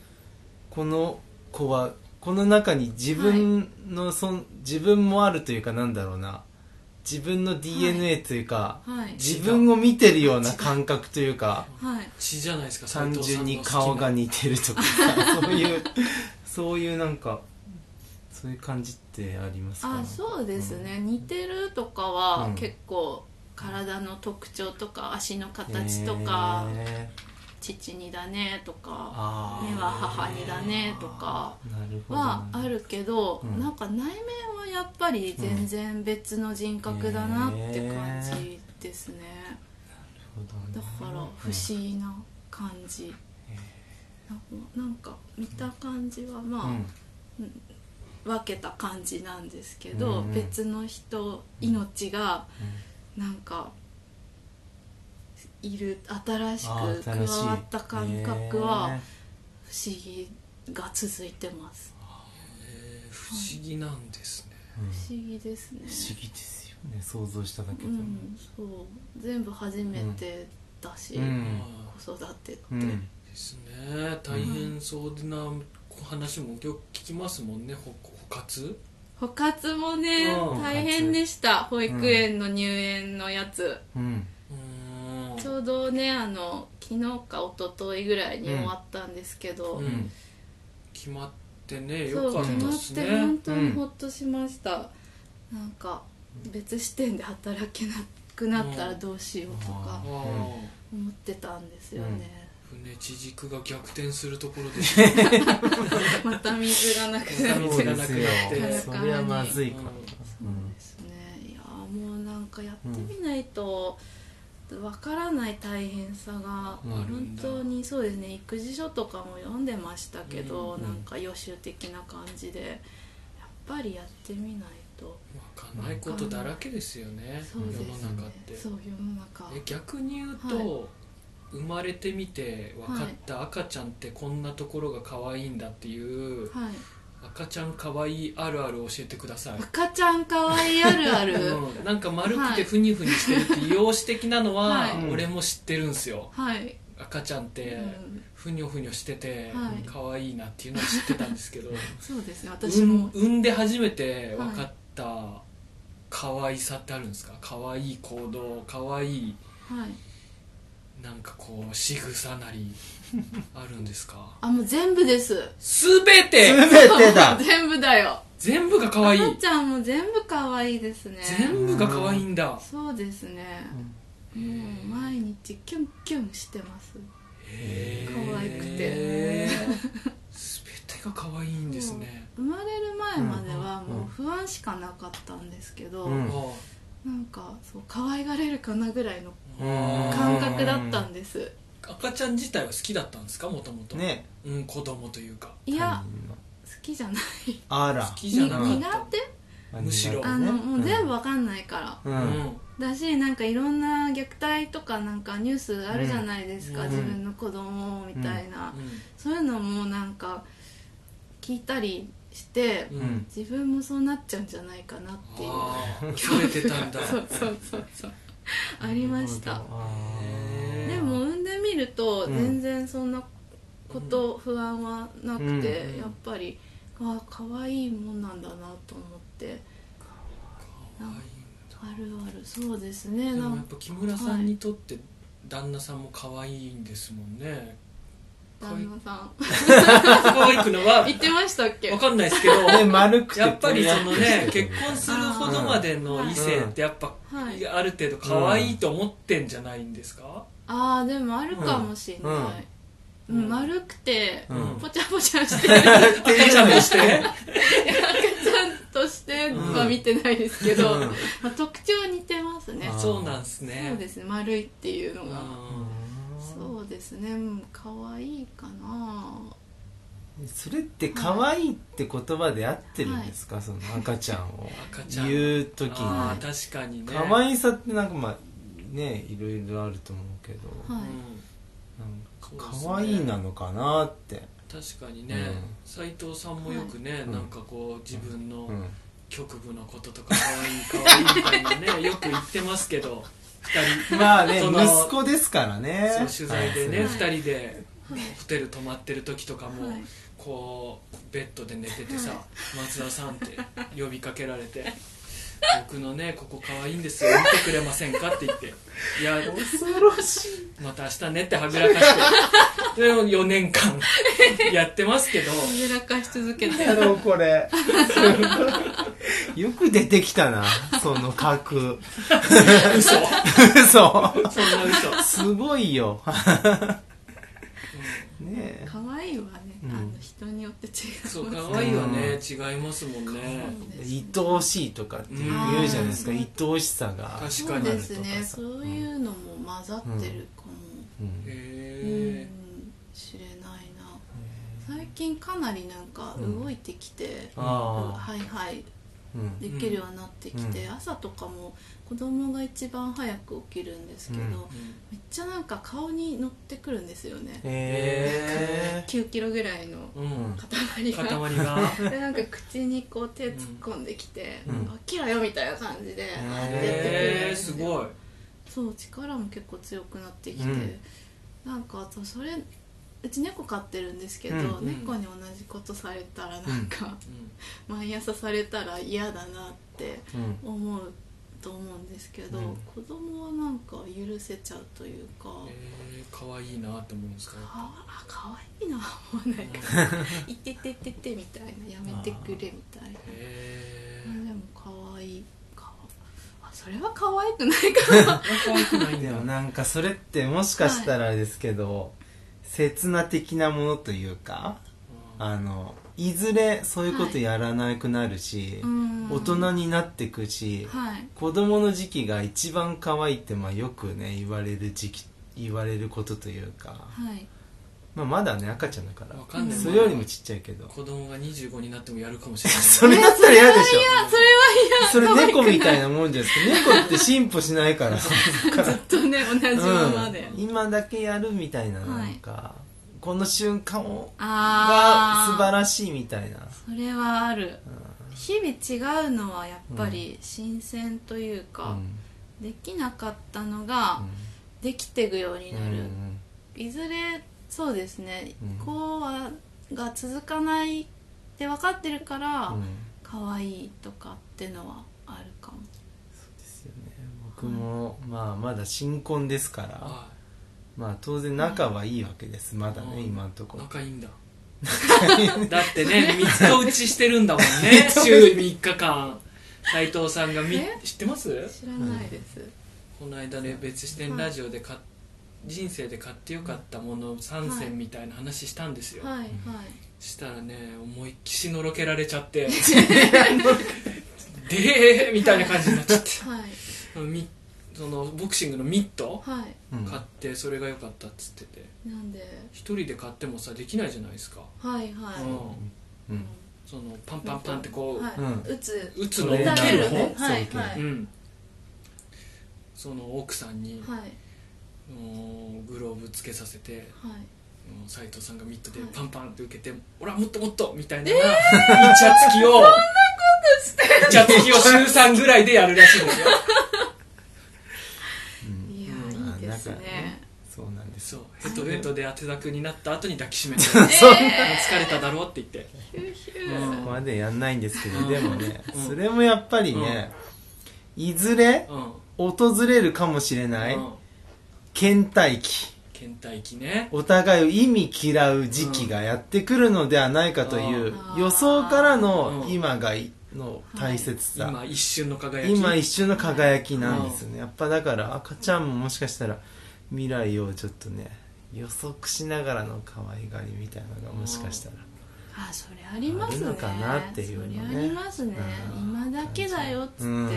[SPEAKER 2] この子はこの中に自分の、そん自分もあるというかなんだろうな自分の DNA というか、
[SPEAKER 3] はい
[SPEAKER 2] 自分を見てるような感覚というか
[SPEAKER 3] はい
[SPEAKER 1] 血じゃないですか
[SPEAKER 2] 単純に
[SPEAKER 1] 斉藤さんの
[SPEAKER 2] 顔
[SPEAKER 1] 好きな
[SPEAKER 2] が似てる とかさそういうそういうなんかそういう感じってありますか
[SPEAKER 3] あそうですね、似てるとか
[SPEAKER 2] うん
[SPEAKER 3] は結構体の特徴とか足の形とか、
[SPEAKER 2] へー
[SPEAKER 3] 父にだねとか
[SPEAKER 2] あー
[SPEAKER 3] 目は母にだねとか
[SPEAKER 2] なるほど
[SPEAKER 3] はあ
[SPEAKER 2] ね
[SPEAKER 3] るけど、
[SPEAKER 2] うん
[SPEAKER 3] なんか内面はやっぱり全然別の人格だなって感じですね、だから不思議な感じ、ななんか見た感じはまあ、分けた感じなんですけど、
[SPEAKER 2] うんうん
[SPEAKER 3] 別の人命がなんかいる新しく加わった感覚は不思議が続いてます、
[SPEAKER 1] えー不思議なんですね
[SPEAKER 3] 不思議ですね
[SPEAKER 2] 不思議ですよね想像しただけで
[SPEAKER 3] う
[SPEAKER 2] も
[SPEAKER 3] んそう全部初めてだし、
[SPEAKER 2] うん
[SPEAKER 3] 子育てって、
[SPEAKER 2] うん
[SPEAKER 1] ですね大変そうな話もよく聞きますもんねほほかつ
[SPEAKER 3] 補活もね
[SPEAKER 1] うん
[SPEAKER 3] 大変でした保育園の入園のやつ、
[SPEAKER 2] うん
[SPEAKER 1] うーん
[SPEAKER 3] ちょうどねあの昨日か一昨日ぐらいに終わったんですけど、
[SPEAKER 1] うん決まってね
[SPEAKER 3] そ
[SPEAKER 1] よ
[SPEAKER 3] う
[SPEAKER 1] かっ
[SPEAKER 3] 決
[SPEAKER 1] た
[SPEAKER 3] ま
[SPEAKER 1] で
[SPEAKER 3] っ
[SPEAKER 1] す
[SPEAKER 3] て
[SPEAKER 1] ね
[SPEAKER 3] 本当にほっとしました、なんか別視点で働けなくなったらどうしようとか
[SPEAKER 1] あ
[SPEAKER 2] う
[SPEAKER 1] あ
[SPEAKER 2] ん
[SPEAKER 3] 思ってたんですよね、
[SPEAKER 1] 船地軸が逆転するところでした ね
[SPEAKER 3] また水がなくな
[SPEAKER 1] また
[SPEAKER 3] る
[SPEAKER 2] そうですよ
[SPEAKER 3] て
[SPEAKER 2] それはまずいから
[SPEAKER 3] そうですねいやもうなんかやってみないとわからない大変さが
[SPEAKER 2] うん
[SPEAKER 3] 本当にそうですね育児書とかも読んでましたけど、
[SPEAKER 2] うん
[SPEAKER 3] なんか予習的な感じでやっぱりやってみないと
[SPEAKER 1] わかんないことだらけですよね
[SPEAKER 3] そ
[SPEAKER 1] 世
[SPEAKER 3] う
[SPEAKER 1] の
[SPEAKER 3] ですね
[SPEAKER 1] 中って
[SPEAKER 3] そう世の中
[SPEAKER 1] え逆に言うと、
[SPEAKER 3] は
[SPEAKER 1] 生まれてみて分かった赤ちゃんってこんなところが可愛いんだっていう
[SPEAKER 3] はい
[SPEAKER 1] 赤ちゃん可愛いあるある教えてください、
[SPEAKER 3] 赤ちゃんかわいいあるある、
[SPEAKER 1] うん、なんか丸く
[SPEAKER 3] は
[SPEAKER 1] て
[SPEAKER 3] い
[SPEAKER 1] ふにふにしてるって美容師的なのは、
[SPEAKER 3] はい
[SPEAKER 1] 俺も知ってるんすよ
[SPEAKER 3] はい、
[SPEAKER 1] 赤ちゃんって
[SPEAKER 3] うん
[SPEAKER 1] ふにょふにょしてて、
[SPEAKER 3] はい
[SPEAKER 1] 可愛いなっていうのは知ってたんですけど
[SPEAKER 3] そうですね 私
[SPEAKER 1] うん
[SPEAKER 3] も
[SPEAKER 1] 産んで初めて分かった可愛さってあるんですか可愛い行動可愛い
[SPEAKER 3] はい
[SPEAKER 1] なんかこう仕草なりあるんですか
[SPEAKER 3] あもう全部です
[SPEAKER 1] すべて
[SPEAKER 2] 全てだ
[SPEAKER 3] 全部だよ
[SPEAKER 1] 全部が可愛
[SPEAKER 3] あないちゃんも全部可愛いですね
[SPEAKER 1] 全部が可愛いんだ
[SPEAKER 3] そうですね、もう毎日キュンキュンしてます
[SPEAKER 1] へー
[SPEAKER 3] 可愛くて
[SPEAKER 1] へー全てが可愛いんですね
[SPEAKER 3] 生まれる前までは
[SPEAKER 2] うんうん
[SPEAKER 3] もう不安しかなかったんですけど、
[SPEAKER 2] うん
[SPEAKER 1] あ
[SPEAKER 3] なんかそう可愛がれるかなぐらいの
[SPEAKER 2] うん
[SPEAKER 3] 感覚だったんです
[SPEAKER 1] あ赤ちゃん自体は好きだったんですかもともと
[SPEAKER 2] ね
[SPEAKER 1] うん子供というか
[SPEAKER 3] い
[SPEAKER 2] 他
[SPEAKER 3] や
[SPEAKER 2] 人の
[SPEAKER 3] 好きじゃない
[SPEAKER 2] あら
[SPEAKER 1] 好き
[SPEAKER 3] に
[SPEAKER 1] じゃなかっ
[SPEAKER 3] 苦
[SPEAKER 1] た
[SPEAKER 3] 手
[SPEAKER 2] あ
[SPEAKER 1] むしろ
[SPEAKER 3] あのもう全部わかんないから、
[SPEAKER 2] うん、
[SPEAKER 1] う
[SPEAKER 2] うん
[SPEAKER 1] ん
[SPEAKER 3] だしなんかいろんな虐待とかなんかニュースあるじゃないですか、
[SPEAKER 2] うん
[SPEAKER 3] 自分の子供みたいな、そういうのもなんか聞いたりして、
[SPEAKER 1] うんう
[SPEAKER 2] うんん
[SPEAKER 3] 自分もそうなっちゃうんじゃないかなっていう
[SPEAKER 1] ああ恐れてたんだ
[SPEAKER 3] そうそうそうそうありました
[SPEAKER 2] あー
[SPEAKER 3] でも産んでみると
[SPEAKER 2] うん
[SPEAKER 3] 全然そんなこと、不安はなくて、
[SPEAKER 2] うん
[SPEAKER 3] やっぱりあ可愛いもんなんだなと思って
[SPEAKER 1] 可愛い
[SPEAKER 3] あるあるそうですね
[SPEAKER 1] で
[SPEAKER 3] な
[SPEAKER 1] もや
[SPEAKER 3] ん
[SPEAKER 1] っぱ木村さんにとって旦那さんも可愛いんですもんね
[SPEAKER 3] 旦那さん
[SPEAKER 1] 可愛くのは
[SPEAKER 3] 言ってましたっけ
[SPEAKER 1] わかんない ですけど
[SPEAKER 2] で丸くて
[SPEAKER 1] やっぱりそのね結
[SPEAKER 2] 取り合ってる
[SPEAKER 1] 婚するほどまでの異性ってやっぱ
[SPEAKER 3] はい
[SPEAKER 1] ある程度可愛いと思ってんじゃないんですか
[SPEAKER 3] ああでもあるかもしれない、うん
[SPEAKER 1] うん
[SPEAKER 3] 丸くて、
[SPEAKER 2] うん
[SPEAKER 3] ぽちゃぽちゃしてる赤
[SPEAKER 1] 赤ちゃんとして
[SPEAKER 3] ちゃんとしては見てないですけど、
[SPEAKER 2] うん
[SPEAKER 3] まあ、特徴は似てますね
[SPEAKER 2] あー
[SPEAKER 1] そうなんですね
[SPEAKER 3] そうですね丸いっていうの
[SPEAKER 1] う
[SPEAKER 3] が
[SPEAKER 1] ん
[SPEAKER 3] そうですねうん可愛いかな
[SPEAKER 2] うんそれって可愛いって言葉で合ってるんですか、その赤ちゃんを
[SPEAKER 1] 赤ちゃん
[SPEAKER 2] 言う時に
[SPEAKER 1] ああ確かにね
[SPEAKER 2] 可愛さってなんかまあねいろいろあると思うけど、
[SPEAKER 3] は
[SPEAKER 1] うん
[SPEAKER 2] なんか可愛いなのかなって、
[SPEAKER 1] 確かにね
[SPEAKER 2] うん
[SPEAKER 1] 斉藤さんもよくね
[SPEAKER 2] い
[SPEAKER 1] なんかこう自分の
[SPEAKER 2] うん
[SPEAKER 1] 局部のこととか可愛い可愛いみたいなねよく言ってますけど2人
[SPEAKER 2] まあね
[SPEAKER 1] その
[SPEAKER 2] 息子ですからね
[SPEAKER 1] そう取材でね
[SPEAKER 2] は
[SPEAKER 1] 2
[SPEAKER 2] い
[SPEAKER 1] 人で
[SPEAKER 3] はい
[SPEAKER 1] ホテル泊まってる時とかも
[SPEAKER 3] はい
[SPEAKER 1] こうベッドで寝ててさ「松田さん」って呼びかけられて「僕のねここ可愛いんですよ見てくれませんか?」って言って「いや
[SPEAKER 2] 恐ろしい
[SPEAKER 1] また明日ね」ってはぐらかしてで4年 間やってますけど
[SPEAKER 3] はぐらかし続けて
[SPEAKER 2] だろうこれよく出てきたなその角
[SPEAKER 1] 嘘そん
[SPEAKER 2] そう
[SPEAKER 1] な嘘
[SPEAKER 2] すごいよ ねえ
[SPEAKER 3] 可愛いはね、
[SPEAKER 2] うん
[SPEAKER 3] あの人によって違う
[SPEAKER 1] そう可愛いはね違いますもんね
[SPEAKER 2] 愛おしいとかって言うじゃないですか
[SPEAKER 3] うん
[SPEAKER 2] 愛おしさが
[SPEAKER 1] 確
[SPEAKER 3] そ
[SPEAKER 1] か
[SPEAKER 3] う
[SPEAKER 1] に
[SPEAKER 3] ですね
[SPEAKER 2] とかさ
[SPEAKER 3] そういうのも混ざってるかも、
[SPEAKER 2] うん
[SPEAKER 3] うん
[SPEAKER 1] へえ
[SPEAKER 3] 知れないな最近かなりなんか動いてきて、
[SPEAKER 2] うんああ
[SPEAKER 3] はいはい
[SPEAKER 2] うん
[SPEAKER 3] できるようになってきて、
[SPEAKER 2] う
[SPEAKER 3] 朝とかも子供が一番早く起きるんですけど、
[SPEAKER 2] うん
[SPEAKER 3] めっちゃなんか顔に乗ってくるんですよね、
[SPEAKER 2] へえ
[SPEAKER 3] 9キロぐらいの
[SPEAKER 1] うん
[SPEAKER 3] 塊が、
[SPEAKER 1] 塊が
[SPEAKER 3] でなんか口にこう手突っ込んできて「
[SPEAKER 2] うん
[SPEAKER 3] あ起きろよ」みたいな感じ
[SPEAKER 2] ー
[SPEAKER 3] で出てくるん
[SPEAKER 1] へ
[SPEAKER 3] で
[SPEAKER 1] え
[SPEAKER 3] す
[SPEAKER 1] す
[SPEAKER 3] よ
[SPEAKER 1] ごい
[SPEAKER 3] そう力も結構強くなってきて、
[SPEAKER 2] うん
[SPEAKER 3] なんかあとそれうち猫飼ってるんですけど、
[SPEAKER 2] うん
[SPEAKER 3] 猫に同じことされたらなんか、毎朝されたら嫌だなって
[SPEAKER 2] うん
[SPEAKER 3] 思うと思うんですけど、
[SPEAKER 2] うん
[SPEAKER 3] 子供はなんか許せちゃうというか。
[SPEAKER 1] えー、可愛いなって思うんですか
[SPEAKER 3] かわあかわいいなもうなんか「いてててて」みたいな「やめてくれ」みたいな
[SPEAKER 1] え
[SPEAKER 3] あ
[SPEAKER 1] ー、
[SPEAKER 3] でもかわいいかあそれはかわいくない かな
[SPEAKER 1] 可愛くないんだ
[SPEAKER 2] で
[SPEAKER 1] よ
[SPEAKER 2] もなんかそれってもしかしたらですけど、刹那的なものというかあのいずれそういうことやらなくなるし、
[SPEAKER 3] うん
[SPEAKER 2] 大人になってくし、
[SPEAKER 3] はい
[SPEAKER 2] 子供の時期が一番可愛いってまあよくね言われる時期言われることというか、
[SPEAKER 3] はい
[SPEAKER 2] まあ、まだね赤ちゃんだから
[SPEAKER 1] わかんない
[SPEAKER 2] それよりもちっちゃいけど
[SPEAKER 1] 子供が25になってもやるかもしれない
[SPEAKER 2] それだったら嫌でしょ
[SPEAKER 3] あそれは
[SPEAKER 2] それ猫みたいなもんじゃないですか猫って進歩しないから さ
[SPEAKER 3] ずっとね同じままで、
[SPEAKER 2] うん、今だけやるみたいななんか、この瞬間をが
[SPEAKER 3] ああ
[SPEAKER 2] 素晴らしいみたいな
[SPEAKER 3] それはある日々違うのはやっぱり新鮮という
[SPEAKER 2] う
[SPEAKER 3] か、
[SPEAKER 2] ん
[SPEAKER 3] できなかったのができていくように
[SPEAKER 2] う
[SPEAKER 3] なる、
[SPEAKER 2] ん
[SPEAKER 3] いずれそうですね、
[SPEAKER 2] うん
[SPEAKER 3] こうはが続かないって分かってるから、
[SPEAKER 2] うん
[SPEAKER 3] 可愛いとかってのはあるかも
[SPEAKER 2] ですよね僕も、まあまだ新婚ですから
[SPEAKER 1] は
[SPEAKER 2] まあ当然仲はいいわけですまだね、
[SPEAKER 1] うん
[SPEAKER 2] 今のところ
[SPEAKER 1] 仲いいん だだってね三つ打ちしてるんだもんね週3日間斉藤さんがみ
[SPEAKER 3] え
[SPEAKER 1] 知ってます
[SPEAKER 3] 知らないです、
[SPEAKER 1] この間ね別視点ラジオで買っ人生で買ってよかったもの3選みたいな話したんですよ、
[SPEAKER 3] はいはい
[SPEAKER 1] したらね思いっきしのろけられちゃって でーみたいな感じになっちゃって
[SPEAKER 3] はい
[SPEAKER 1] みそのボクシングのミット
[SPEAKER 3] はい
[SPEAKER 2] うん
[SPEAKER 1] 買ってそれが良かったっつってて
[SPEAKER 3] なんで
[SPEAKER 1] 一人で買ってもさできないじゃないですか、
[SPEAKER 3] はい
[SPEAKER 1] うん
[SPEAKER 3] は
[SPEAKER 2] うん
[SPEAKER 1] そのパンパンパンってこ
[SPEAKER 3] い、
[SPEAKER 1] う、
[SPEAKER 3] は
[SPEAKER 2] うん
[SPEAKER 3] い、打つ
[SPEAKER 1] 打つのを
[SPEAKER 2] トレ
[SPEAKER 1] 受
[SPEAKER 2] ーナ
[SPEAKER 1] ける
[SPEAKER 2] ーの
[SPEAKER 1] 方
[SPEAKER 2] ね
[SPEAKER 3] はい
[SPEAKER 2] そう
[SPEAKER 3] は
[SPEAKER 1] う
[SPEAKER 3] い
[SPEAKER 1] ん、その奥さんに、
[SPEAKER 3] はい
[SPEAKER 1] もうグローブつけさせて
[SPEAKER 3] はい
[SPEAKER 1] もう斉藤さんがミットで
[SPEAKER 3] はい
[SPEAKER 1] パンパンって受けて「俺はもっともっと!」みたいなイチャつきをイチャつきを週3ぐらいでやるらしいですよ
[SPEAKER 2] うん
[SPEAKER 3] いや
[SPEAKER 2] うん
[SPEAKER 3] いいです
[SPEAKER 2] あ仲
[SPEAKER 3] ね
[SPEAKER 2] そうなんです
[SPEAKER 1] そうヘトヘトで汗だくになった後に抱きしめて「
[SPEAKER 2] そんな
[SPEAKER 1] 疲れただろ?」って言って
[SPEAKER 3] ヒューヒュ
[SPEAKER 1] う
[SPEAKER 3] ー
[SPEAKER 1] ん
[SPEAKER 2] そこまでやんないんですけ
[SPEAKER 1] うん
[SPEAKER 2] どでもね
[SPEAKER 1] うん
[SPEAKER 2] それもやっぱりねいずれ
[SPEAKER 1] うん、
[SPEAKER 2] 訪れるかもしれない
[SPEAKER 1] うん
[SPEAKER 2] 倦怠期
[SPEAKER 1] 倦怠期ね
[SPEAKER 2] お互いを意味嫌う時期がやってくるのではないかという
[SPEAKER 3] うん
[SPEAKER 2] 予想からの
[SPEAKER 1] うん
[SPEAKER 2] 今がいの大切さ
[SPEAKER 1] 今一瞬の輝き
[SPEAKER 2] 今一瞬の輝きなんですよねやっぱだから赤ちゃんももしかしたら未来をちょっとね予測しながらの可愛がりみたいなのがもしかしたら
[SPEAKER 3] あそれありますね
[SPEAKER 2] あるのかなっていうのね
[SPEAKER 3] それありますね
[SPEAKER 2] うん
[SPEAKER 3] 今だけだよっつって、
[SPEAKER 2] うん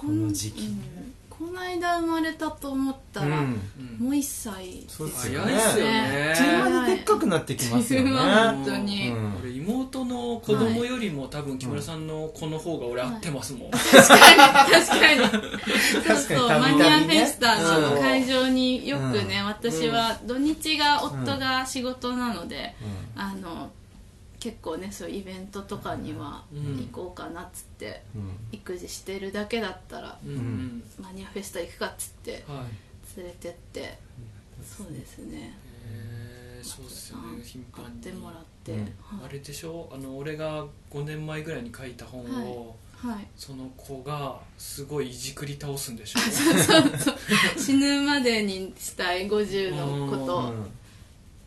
[SPEAKER 3] こ
[SPEAKER 2] この時期
[SPEAKER 3] うんこの間生まれたと思ったら、
[SPEAKER 2] うん
[SPEAKER 1] うんうん
[SPEAKER 3] もう一歳
[SPEAKER 2] そうっすよね
[SPEAKER 1] 早いっすよ
[SPEAKER 2] あ
[SPEAKER 1] ね
[SPEAKER 2] っという間にでっかくなってきますよね
[SPEAKER 3] はい 本当に
[SPEAKER 2] うん
[SPEAKER 1] 俺妹の子供よりも多分木村さんの子の方が俺合ってますもん、
[SPEAKER 3] 確かに確かにそう
[SPEAKER 2] 確かに
[SPEAKER 3] そう、マ
[SPEAKER 2] たび
[SPEAKER 3] ニア
[SPEAKER 2] た
[SPEAKER 3] フ
[SPEAKER 2] びね
[SPEAKER 3] ェスタの
[SPEAKER 2] うん
[SPEAKER 3] 会場によくね、
[SPEAKER 2] うん
[SPEAKER 3] 私は土日が夫が仕事なので、あの結構ねそういうイベントとかには
[SPEAKER 1] うん
[SPEAKER 3] 行こうかなっつって、
[SPEAKER 2] うんうん
[SPEAKER 3] 育児してるだけだったら
[SPEAKER 1] うんうん
[SPEAKER 3] マニアフェスタ行くかっつって
[SPEAKER 1] はい
[SPEAKER 3] 連れてってそうですね
[SPEAKER 1] えーそうっすよね頻
[SPEAKER 3] 買っ
[SPEAKER 1] 繁に
[SPEAKER 3] てもらって、
[SPEAKER 2] うん
[SPEAKER 3] は
[SPEAKER 1] あ
[SPEAKER 3] い
[SPEAKER 1] れでしょあの俺が5年前ぐらいに書いた本を、
[SPEAKER 3] はい
[SPEAKER 1] その子がすごいいじくり倒すんでしょ
[SPEAKER 3] 死ぬまでにしたい50のこ
[SPEAKER 1] う
[SPEAKER 3] と、
[SPEAKER 2] うん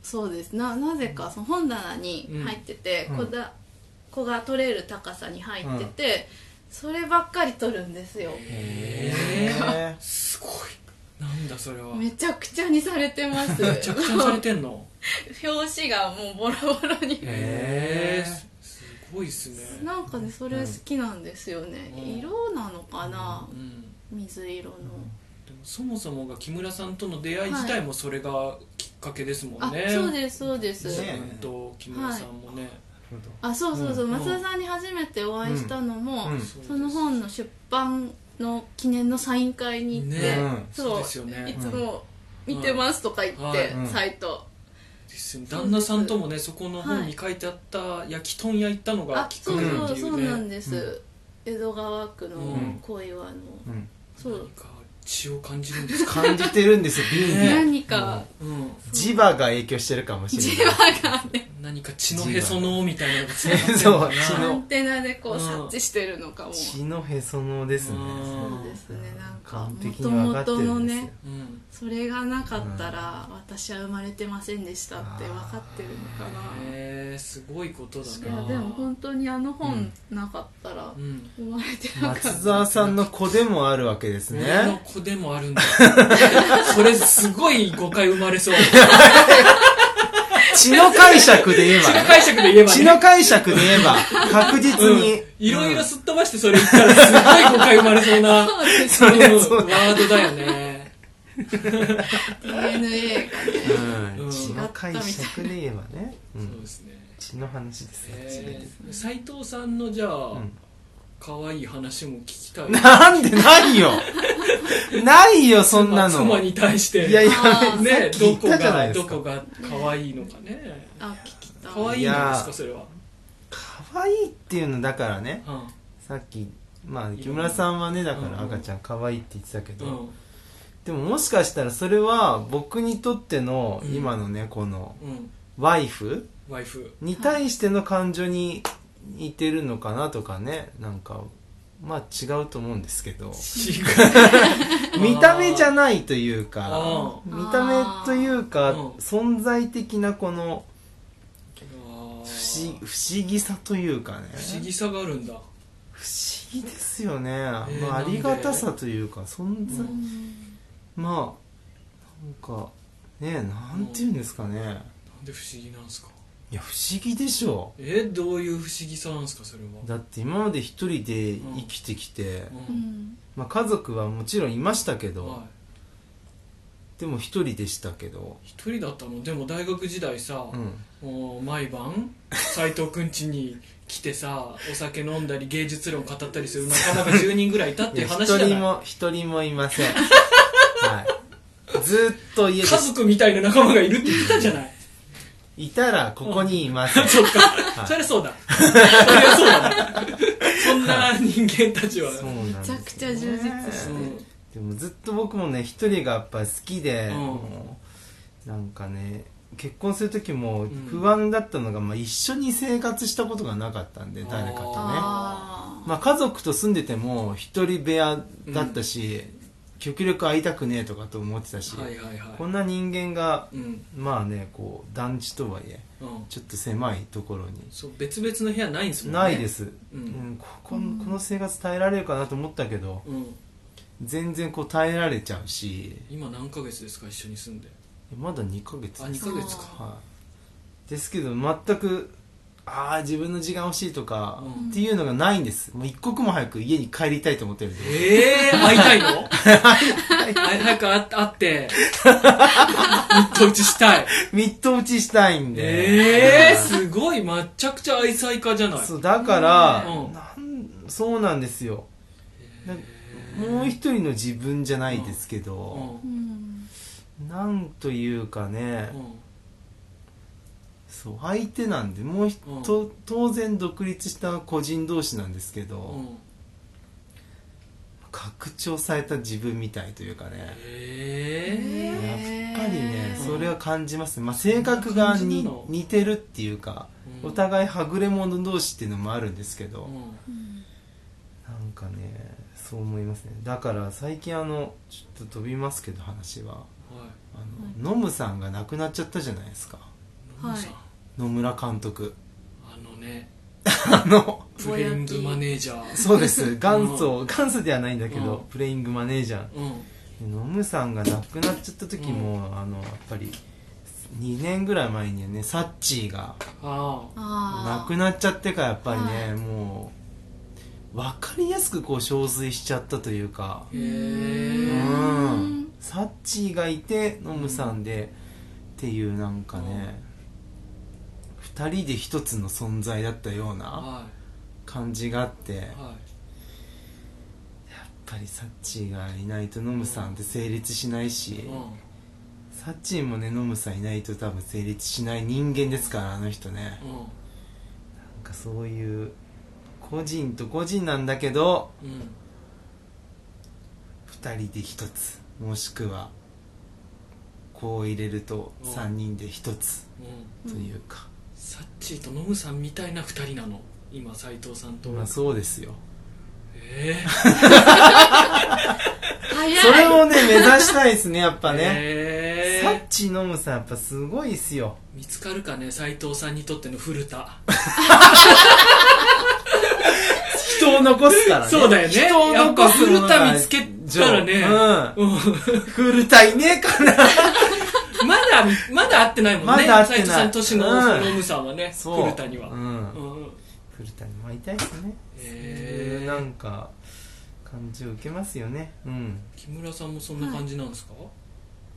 [SPEAKER 3] そうですななぜかその本棚に入ってて、
[SPEAKER 2] うん
[SPEAKER 3] 子だ子が取れる高さに入ってて、そればっかり取るんですよ
[SPEAKER 2] へえ
[SPEAKER 1] すごいなんだそれはめ
[SPEAKER 3] めちゃくちゃにされてます
[SPEAKER 1] ちゃくちゃにされてんの
[SPEAKER 3] 表紙がもうボロボロに
[SPEAKER 1] へ
[SPEAKER 2] へ
[SPEAKER 1] え
[SPEAKER 2] ー
[SPEAKER 1] すすごいっすね
[SPEAKER 3] なんかねそれ好きなんですよね、
[SPEAKER 1] うん
[SPEAKER 3] 色なのかな
[SPEAKER 1] う、ん
[SPEAKER 3] 水色の、
[SPEAKER 1] でもそもそもが木村さんとの出会い自体もそれがきっかけですもん
[SPEAKER 3] あ
[SPEAKER 1] ね、
[SPEAKER 3] そうですそうです、
[SPEAKER 1] 自
[SPEAKER 2] ね
[SPEAKER 1] 分と木村さんもね、
[SPEAKER 3] あそうそうそう、
[SPEAKER 1] うん
[SPEAKER 3] 松田さんに初めてお会いしたのも、
[SPEAKER 2] うん
[SPEAKER 1] うです
[SPEAKER 3] その本の出版の記念のサイン会に行って、
[SPEAKER 1] ね
[SPEAKER 2] うん
[SPEAKER 1] そう
[SPEAKER 3] そう
[SPEAKER 1] ですよ
[SPEAKER 3] い
[SPEAKER 1] ね
[SPEAKER 3] つも見てますとか言っ
[SPEAKER 1] う
[SPEAKER 3] て、
[SPEAKER 1] んはい
[SPEAKER 2] うん
[SPEAKER 3] サイト、
[SPEAKER 1] ですよね旦那さんともねそこの本に書いてあった焼き豚屋行ったのが
[SPEAKER 3] あ
[SPEAKER 1] きっ
[SPEAKER 3] そ
[SPEAKER 1] か
[SPEAKER 3] う
[SPEAKER 1] け
[SPEAKER 3] そ
[SPEAKER 1] だ
[SPEAKER 3] う
[SPEAKER 1] ってい
[SPEAKER 3] そううなん
[SPEAKER 1] ね
[SPEAKER 3] です、江戸川区の
[SPEAKER 1] うん
[SPEAKER 3] 小岩の、
[SPEAKER 2] うん
[SPEAKER 3] そう
[SPEAKER 1] 何か血を感じるんですか
[SPEAKER 2] 感じてるんですよビンビン
[SPEAKER 3] 何 か
[SPEAKER 1] うん
[SPEAKER 2] 磁場が影響してるかもし
[SPEAKER 3] 磁
[SPEAKER 2] れない
[SPEAKER 3] 場がね
[SPEAKER 1] 何か血のへその緒みたいなのがつながってるの
[SPEAKER 2] そう
[SPEAKER 1] か
[SPEAKER 2] 血
[SPEAKER 3] ア
[SPEAKER 2] の
[SPEAKER 3] ンテナでこ
[SPEAKER 1] う
[SPEAKER 3] うん察知してるのかも、そ
[SPEAKER 2] 血のへそのですね
[SPEAKER 1] うん
[SPEAKER 3] うですねなんか
[SPEAKER 2] 完
[SPEAKER 3] も
[SPEAKER 2] 璧
[SPEAKER 3] と
[SPEAKER 2] に
[SPEAKER 3] も
[SPEAKER 2] 分かって
[SPEAKER 3] と
[SPEAKER 2] る
[SPEAKER 3] の
[SPEAKER 2] んですよ
[SPEAKER 3] ね
[SPEAKER 1] うん
[SPEAKER 3] それがなかったら、私は生まれてませんでしたって分かってるのかな
[SPEAKER 1] へえすごいことだ
[SPEAKER 3] いや
[SPEAKER 1] な
[SPEAKER 3] でも本当にあの本なかったら
[SPEAKER 1] うん
[SPEAKER 3] 生まれてなかった、
[SPEAKER 2] 松沢さんの子でもあるわけです
[SPEAKER 1] 俺の
[SPEAKER 2] ね
[SPEAKER 1] 子でもあるんだ それすごい誤解生まれそう
[SPEAKER 2] 血の解釈で言え ば
[SPEAKER 1] 血の
[SPEAKER 2] ね
[SPEAKER 1] 解釈で言えば
[SPEAKER 2] 血
[SPEAKER 1] ね
[SPEAKER 2] の解釈で言えば確実に、
[SPEAKER 1] いろいろすっ飛ばしてそれ言ったらすごい誤解生まれそうな
[SPEAKER 3] そうで す
[SPEAKER 2] それ
[SPEAKER 1] うん
[SPEAKER 2] そう
[SPEAKER 1] ワードだよね
[SPEAKER 3] DNA がね
[SPEAKER 2] うん血の解釈で言えばね、う
[SPEAKER 1] そうで
[SPEAKER 2] ん、
[SPEAKER 1] すね
[SPEAKER 2] 血の話ですね、
[SPEAKER 1] えー斉藤さんのじゃあ、
[SPEAKER 2] うん
[SPEAKER 1] 可愛い話も聞きたい
[SPEAKER 2] なんでないよないよそんな
[SPEAKER 1] 妻妻
[SPEAKER 2] の
[SPEAKER 1] に対して
[SPEAKER 2] いやいや
[SPEAKER 3] あー
[SPEAKER 1] ね
[SPEAKER 2] さっき
[SPEAKER 1] ど
[SPEAKER 2] 言っ
[SPEAKER 1] こ
[SPEAKER 2] たじゃな
[SPEAKER 1] が
[SPEAKER 2] いです
[SPEAKER 1] ど
[SPEAKER 2] か
[SPEAKER 1] こが可愛いのかね
[SPEAKER 3] あ聞きたい
[SPEAKER 1] 可愛いんですかそれは、
[SPEAKER 2] 可愛いっていうのだからね
[SPEAKER 1] うん
[SPEAKER 2] さっきまあ木村さんはねだから赤ちゃん可愛いって言ってたけど、
[SPEAKER 1] うん
[SPEAKER 2] でももしかしたらそれは僕にとっての
[SPEAKER 1] うん
[SPEAKER 2] 今のねこの
[SPEAKER 1] うん、
[SPEAKER 2] ワイフ
[SPEAKER 1] ワイフ
[SPEAKER 2] に対しての感情に似てるのかなとかねなんかまあ違うと思うんですけ ど
[SPEAKER 1] 違う
[SPEAKER 2] 見た目じゃないという
[SPEAKER 1] あ
[SPEAKER 2] か
[SPEAKER 1] ー
[SPEAKER 2] 見た目というか
[SPEAKER 1] うん
[SPEAKER 2] 存在的なこの
[SPEAKER 1] あー
[SPEAKER 2] 不思不思議さというかね
[SPEAKER 1] 不思議さがあるんだ
[SPEAKER 2] 不思議ですよね、
[SPEAKER 1] ー
[SPEAKER 2] まあ、
[SPEAKER 1] な
[SPEAKER 2] あ
[SPEAKER 1] んで
[SPEAKER 2] りがたさというか存在、
[SPEAKER 1] うん
[SPEAKER 2] まあなんかねなんていうんですかね、
[SPEAKER 1] なんで不思議なんすか
[SPEAKER 2] いや不思議でしょ
[SPEAKER 1] えどういう不思議さなんすかそれは
[SPEAKER 2] だって今まで一人で生きてきて、
[SPEAKER 3] う
[SPEAKER 1] うん
[SPEAKER 3] ん
[SPEAKER 2] まあ、家族はもちろんいましたけど、
[SPEAKER 1] はい
[SPEAKER 2] でも一人でしたけど、
[SPEAKER 1] 一人だったのでも大学時代さ、
[SPEAKER 2] うん、
[SPEAKER 1] もう毎晩斎藤くん家に来てさお酒飲んだり芸術論語ったりする仲間が10人ぐらいいたってい
[SPEAKER 2] いや
[SPEAKER 1] う
[SPEAKER 2] 一
[SPEAKER 1] 話じゃ
[SPEAKER 2] 人
[SPEAKER 1] ない
[SPEAKER 2] も一人もいません、 はい、ずーっと家で
[SPEAKER 1] 家族みたいな仲間がいるって言ってたじゃない
[SPEAKER 2] いたらここにいません、
[SPEAKER 1] そっか、
[SPEAKER 2] い
[SPEAKER 1] そりゃそうだそりゃそうだなそんな人間たちは
[SPEAKER 2] そう
[SPEAKER 1] う
[SPEAKER 2] なんで
[SPEAKER 3] め
[SPEAKER 2] す
[SPEAKER 3] ちゃくちゃ充実してる
[SPEAKER 1] ん
[SPEAKER 2] でもずっと僕もね一人がやっぱ好きで、
[SPEAKER 1] うん
[SPEAKER 2] もうなんかね結婚する時も
[SPEAKER 1] ん
[SPEAKER 2] 不安だったのが、まあ、一緒に生活したことがなかったんで誰かとね
[SPEAKER 3] あ
[SPEAKER 2] まあ、家族と住んでても一人部屋だったし、極力会いたくねえとかと思ってたし、
[SPEAKER 1] はいはい
[SPEAKER 2] こ
[SPEAKER 1] は
[SPEAKER 2] んな人間が
[SPEAKER 1] いうん
[SPEAKER 2] まあねこう団地とはいえ
[SPEAKER 1] うん
[SPEAKER 2] ちょっと狭いところに
[SPEAKER 1] そう別々の部屋ないんすもんね
[SPEAKER 2] ないです、
[SPEAKER 1] うん
[SPEAKER 2] うんこここの生活耐えられるかなと思ったけど
[SPEAKER 1] うん
[SPEAKER 2] 全然こう耐えられちゃうし
[SPEAKER 1] 今何ヶ月ですか一緒に住んで
[SPEAKER 2] まだ2ヶ月
[SPEAKER 1] あ
[SPEAKER 2] で
[SPEAKER 1] 二
[SPEAKER 2] す
[SPEAKER 1] ヶ月
[SPEAKER 3] あ
[SPEAKER 1] か
[SPEAKER 2] はい、ですけど全くああ自分の時間欲しいとか、
[SPEAKER 1] うん
[SPEAKER 2] っていうのがないんですもう一刻も早く家に帰りたいと思ってるんで
[SPEAKER 1] ええー、会いたい の会いたいかあ会ってミット打ちしたい
[SPEAKER 2] ミット打ちしたいんで
[SPEAKER 1] ええー、すごいまっちゃくちゃ愛妻家じゃない
[SPEAKER 2] そうだから、
[SPEAKER 1] うん
[SPEAKER 2] なんそうなんですよなんもう一人の自分じゃないですけ
[SPEAKER 1] う
[SPEAKER 2] ど、
[SPEAKER 3] ーうんん
[SPEAKER 2] なんというかね、
[SPEAKER 1] うん
[SPEAKER 2] そう相手なんでもうひ、
[SPEAKER 1] うん
[SPEAKER 2] と当然独立した個人同士なんですけど、
[SPEAKER 1] うん
[SPEAKER 2] 拡張された自分みたいというかね、
[SPEAKER 1] ええ
[SPEAKER 2] やっぱりね、
[SPEAKER 3] うん
[SPEAKER 2] それは感じますね、まあ、性
[SPEAKER 1] そ
[SPEAKER 2] 格が
[SPEAKER 1] んな感じ
[SPEAKER 2] に
[SPEAKER 1] なの
[SPEAKER 2] 似てるっていうか、
[SPEAKER 1] うん
[SPEAKER 2] お互いはぐれ者同士っていうのもあるんですけど、
[SPEAKER 1] ーうん
[SPEAKER 3] うん
[SPEAKER 2] なんかねそう思いますねだから最近あのちょっと飛びますけど話は
[SPEAKER 1] はい
[SPEAKER 2] あの、ノムさんが亡くなっちゃったじゃないですか
[SPEAKER 1] 野村さん
[SPEAKER 3] は
[SPEAKER 2] 野村 監督
[SPEAKER 1] あのね
[SPEAKER 2] あの
[SPEAKER 1] プレイングマネージャー
[SPEAKER 2] そうです元祖元祖ではないんだけど、
[SPEAKER 1] うん
[SPEAKER 2] プレイングマネージャー
[SPEAKER 1] うん
[SPEAKER 2] でノムさんが亡くなっちゃった時も、あのやっぱり2年ぐらい前にねサッチーが
[SPEAKER 1] ああ
[SPEAKER 3] あ
[SPEAKER 2] 亡
[SPEAKER 3] あ
[SPEAKER 2] くなっちゃってからやっぱりね、
[SPEAKER 3] はい
[SPEAKER 2] もう分かりやすくこう憔悴しちゃったというか
[SPEAKER 1] へ
[SPEAKER 2] う
[SPEAKER 1] え
[SPEAKER 2] んサッチーがいてノムさんで、っていうなんかね、二2人で一つの存在だったような
[SPEAKER 1] は
[SPEAKER 2] 感じがあって、
[SPEAKER 1] いは
[SPEAKER 2] やっぱりサッチーがいないとノムさんって成立しないし、
[SPEAKER 1] いうん
[SPEAKER 2] サッチーもねノムさんいないと多分成立しない人間ですからあの人ね
[SPEAKER 1] うん
[SPEAKER 2] なんかそういう個人と個人なんだけど
[SPEAKER 1] うん
[SPEAKER 2] 2人で1つもしくはこう入れると
[SPEAKER 1] うん
[SPEAKER 2] 3人で1つ
[SPEAKER 1] うん
[SPEAKER 2] というか、
[SPEAKER 1] サッチーとノムさんみたいな2人なの今斎藤さんと、
[SPEAKER 2] まあそうですよ
[SPEAKER 1] ええ
[SPEAKER 3] 早い
[SPEAKER 2] それをね目指したいですねやっぱね、
[SPEAKER 1] え
[SPEAKER 2] サ
[SPEAKER 1] え
[SPEAKER 2] ッチーノムさんやっぱすごいっすよ
[SPEAKER 1] 見つかるかね斎藤さんにとっての古田
[SPEAKER 2] 人を残すからね
[SPEAKER 1] そうだよね
[SPEAKER 2] 人を残すものが
[SPEAKER 1] やっぱ古田見つけたらね
[SPEAKER 2] 上
[SPEAKER 1] うん
[SPEAKER 2] うん、古田いねえかな
[SPEAKER 1] まだまだ会ってないもんね
[SPEAKER 2] まだ会ってな
[SPEAKER 1] 斉藤さ
[SPEAKER 2] い
[SPEAKER 1] ん年の
[SPEAKER 2] うん
[SPEAKER 1] ノムさんはね
[SPEAKER 2] そう
[SPEAKER 1] 古田には
[SPEAKER 2] う
[SPEAKER 1] うんん
[SPEAKER 2] 古田にも会いたいですね
[SPEAKER 1] へえ
[SPEAKER 2] なんか感じを受けますよねうん
[SPEAKER 1] 木村さんもそんな感じなんですか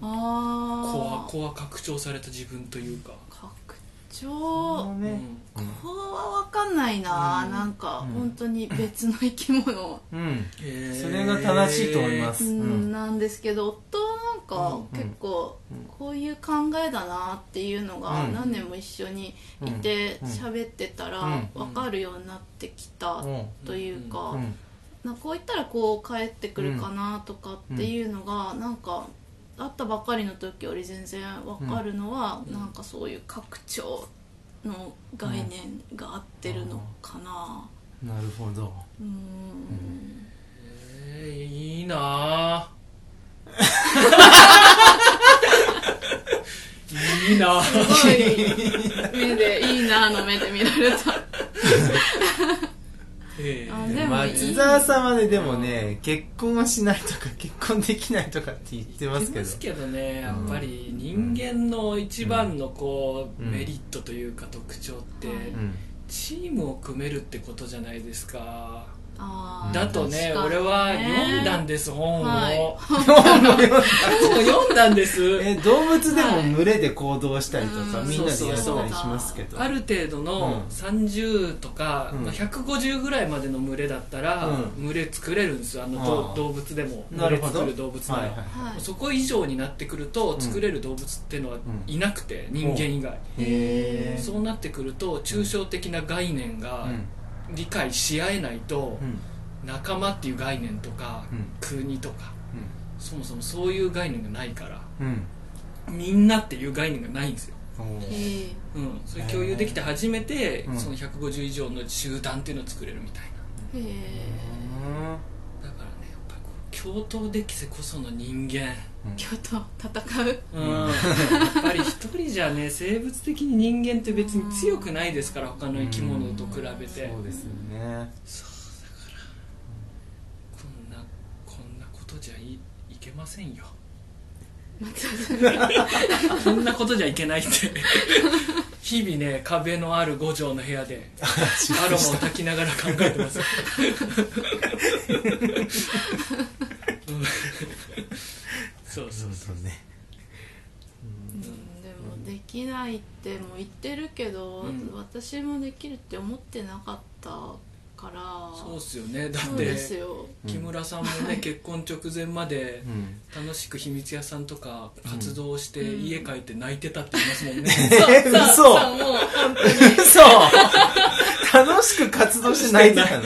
[SPEAKER 3] ああ
[SPEAKER 1] コアコア拡張された自分というか
[SPEAKER 3] 拡
[SPEAKER 2] こ
[SPEAKER 3] 張
[SPEAKER 2] の
[SPEAKER 1] う
[SPEAKER 2] ね
[SPEAKER 1] ん
[SPEAKER 3] こうは分かんないな、
[SPEAKER 1] うん
[SPEAKER 3] なんか
[SPEAKER 2] うん
[SPEAKER 3] 本当に別の生き物、
[SPEAKER 2] うん
[SPEAKER 1] へえ
[SPEAKER 2] それが正しいと思います
[SPEAKER 3] う ん
[SPEAKER 2] うん
[SPEAKER 3] なんですけど夫はなんか
[SPEAKER 2] うん
[SPEAKER 3] 結構
[SPEAKER 2] うん
[SPEAKER 3] こういう考えだなっていうのが
[SPEAKER 2] うん
[SPEAKER 3] 何年も一緒にいて
[SPEAKER 2] うん
[SPEAKER 3] 喋ってたら
[SPEAKER 2] うん
[SPEAKER 3] 分かるようになってきた
[SPEAKER 2] うん
[SPEAKER 3] というか
[SPEAKER 2] う、ん
[SPEAKER 3] なんかこう言ったらこう帰ってくるかなとかっていうのがなんか会ったばかりの時より全然わかるのは
[SPEAKER 1] うん
[SPEAKER 3] なんかそういう拡張の概念が合ってるのかな
[SPEAKER 2] なるほど
[SPEAKER 3] うん
[SPEAKER 1] えー、いいなぁいいなぁ
[SPEAKER 3] すごい目でいいなあの目で見られ た
[SPEAKER 1] え
[SPEAKER 3] あ
[SPEAKER 1] ー
[SPEAKER 3] でもいい
[SPEAKER 2] 松沢さんはねでもね結婚はしないとか結婚できないとかって言ってますけ
[SPEAKER 1] で
[SPEAKER 2] ど
[SPEAKER 1] すけどねやっぱり人間の一番のこう、
[SPEAKER 2] うん
[SPEAKER 1] メリットというか特徴って、
[SPEAKER 3] うん
[SPEAKER 2] うん
[SPEAKER 1] チームを組めるってことじゃないですか
[SPEAKER 3] あー
[SPEAKER 1] だとね
[SPEAKER 3] 確かに
[SPEAKER 1] 俺は読んだんです本を、
[SPEAKER 3] はい
[SPEAKER 1] 本を読んだんです
[SPEAKER 2] え動物でも群れで行動したりとか、
[SPEAKER 3] はい
[SPEAKER 2] みんなでやっ
[SPEAKER 1] そうそ
[SPEAKER 2] た
[SPEAKER 1] う
[SPEAKER 2] り
[SPEAKER 1] そう
[SPEAKER 2] しますけど
[SPEAKER 1] ある程度の
[SPEAKER 2] うん
[SPEAKER 1] 30とか、
[SPEAKER 2] うん
[SPEAKER 1] まあ、150ぐらいまでの群れだったら、
[SPEAKER 2] う
[SPEAKER 1] 群れ作れるんですよあのど
[SPEAKER 2] あー
[SPEAKER 1] 動物でも
[SPEAKER 2] な
[SPEAKER 1] 群れ
[SPEAKER 2] るほど
[SPEAKER 1] 作る動物なら、
[SPEAKER 2] はいはい
[SPEAKER 3] はい
[SPEAKER 1] そこ以上になってくると
[SPEAKER 2] ん
[SPEAKER 1] 作れる動物っていうのは
[SPEAKER 2] うん
[SPEAKER 1] いなくて、人間以外、
[SPEAKER 2] へ
[SPEAKER 1] そうなってくると抽象的な概念が
[SPEAKER 2] うん
[SPEAKER 1] 理解し合えないと、
[SPEAKER 2] うん
[SPEAKER 1] 仲間っていう概念とか、
[SPEAKER 2] うん
[SPEAKER 1] 国とかそもそもそういう概念がないから
[SPEAKER 2] うんうん
[SPEAKER 1] みんなっていう概念がないんですよ
[SPEAKER 2] おー
[SPEAKER 3] え
[SPEAKER 1] うん、それ共有できて初めて、
[SPEAKER 2] うん
[SPEAKER 1] その150以上の集団っていうのを作れるみたい
[SPEAKER 3] ーえ
[SPEAKER 2] うん
[SPEAKER 1] なだからねやっぱりこう共闘できてこその人間
[SPEAKER 3] ー京都戦う
[SPEAKER 1] うん、やっぱり一人じゃね生物的に人間って別に強くないですから他の生き物と比べて
[SPEAKER 2] そうですよね
[SPEAKER 1] こんなこんなことじゃいいけませんよ
[SPEAKER 3] 松
[SPEAKER 1] こんなことじゃいけないって日々ね壁のある5畳の部屋でアロマを炊きながら考えてますうんそうそうそう
[SPEAKER 2] ね
[SPEAKER 3] うんでもできないってもう言ってるけど、
[SPEAKER 1] うん
[SPEAKER 3] 私もできるって思ってなかったから
[SPEAKER 1] うそうっすよねだっ
[SPEAKER 3] そう
[SPEAKER 1] て
[SPEAKER 3] ですよ
[SPEAKER 1] 木村さんもね結婚直前まで
[SPEAKER 2] うん
[SPEAKER 1] 楽しく秘密屋さんとか活動して家帰って泣いてたって言いますもんね、
[SPEAKER 2] えー 嘘
[SPEAKER 3] そうもう本
[SPEAKER 2] 嘘楽しく活動して泣いてたの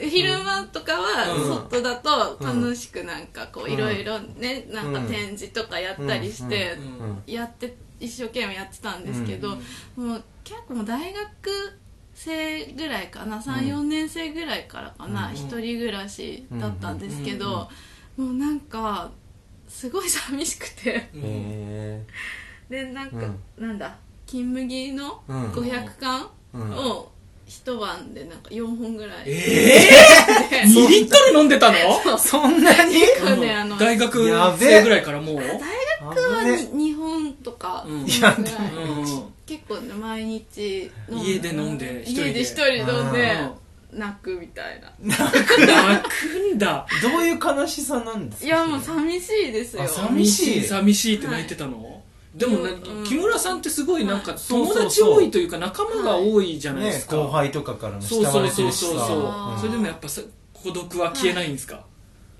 [SPEAKER 3] 当昼間とか
[SPEAKER 1] うん
[SPEAKER 3] は外だと楽しくなんかこ
[SPEAKER 2] う
[SPEAKER 3] うんいろいろねなんか展示とかやったりして
[SPEAKER 1] うん
[SPEAKER 2] うん
[SPEAKER 3] やって一生懸命やってたんですけど、もう結構もう大学生ぐらいかな34、年生ぐらいからかな、
[SPEAKER 2] うん
[SPEAKER 3] 一人暮らしだったんですけど、もうなんかすごい寂しくて
[SPEAKER 1] うん
[SPEAKER 2] へ
[SPEAKER 3] でなんか、なんだ金麦の
[SPEAKER 2] うん
[SPEAKER 3] 500缶
[SPEAKER 2] うん
[SPEAKER 3] を一晩でなんか4本ぐらい、
[SPEAKER 1] ええー、2リットル飲んで たの
[SPEAKER 2] ーそんなに
[SPEAKER 3] そうねあの
[SPEAKER 1] 大学生ぐらいからもう
[SPEAKER 3] 僕は
[SPEAKER 2] 危ね
[SPEAKER 3] 2本とか、
[SPEAKER 1] うん
[SPEAKER 3] そのぐらい
[SPEAKER 1] うんうん
[SPEAKER 3] 結構ね毎日飲
[SPEAKER 1] 家で飲んで一人で
[SPEAKER 3] 家で一人飲んで
[SPEAKER 1] あ
[SPEAKER 3] 泣くみたいな
[SPEAKER 1] 泣くんだ
[SPEAKER 2] どういう悲しさなんですか
[SPEAKER 3] いやもう寂しいですよ
[SPEAKER 2] あ寂しい
[SPEAKER 1] 寂しいって泣いてたの、でも、ね
[SPEAKER 3] うん
[SPEAKER 1] 木村さんってすごいなんか
[SPEAKER 2] い
[SPEAKER 1] 友達多いというか仲間が多いじゃないで
[SPEAKER 2] ね
[SPEAKER 1] すか、
[SPEAKER 2] 後輩とかからも
[SPEAKER 1] そう
[SPEAKER 2] 慕
[SPEAKER 1] そ
[SPEAKER 2] わ
[SPEAKER 1] う
[SPEAKER 2] れて
[SPEAKER 1] そう
[SPEAKER 2] るし
[SPEAKER 1] そ
[SPEAKER 2] さ
[SPEAKER 1] う
[SPEAKER 3] うん
[SPEAKER 1] それでもやっぱさ孤独は消えないんですか、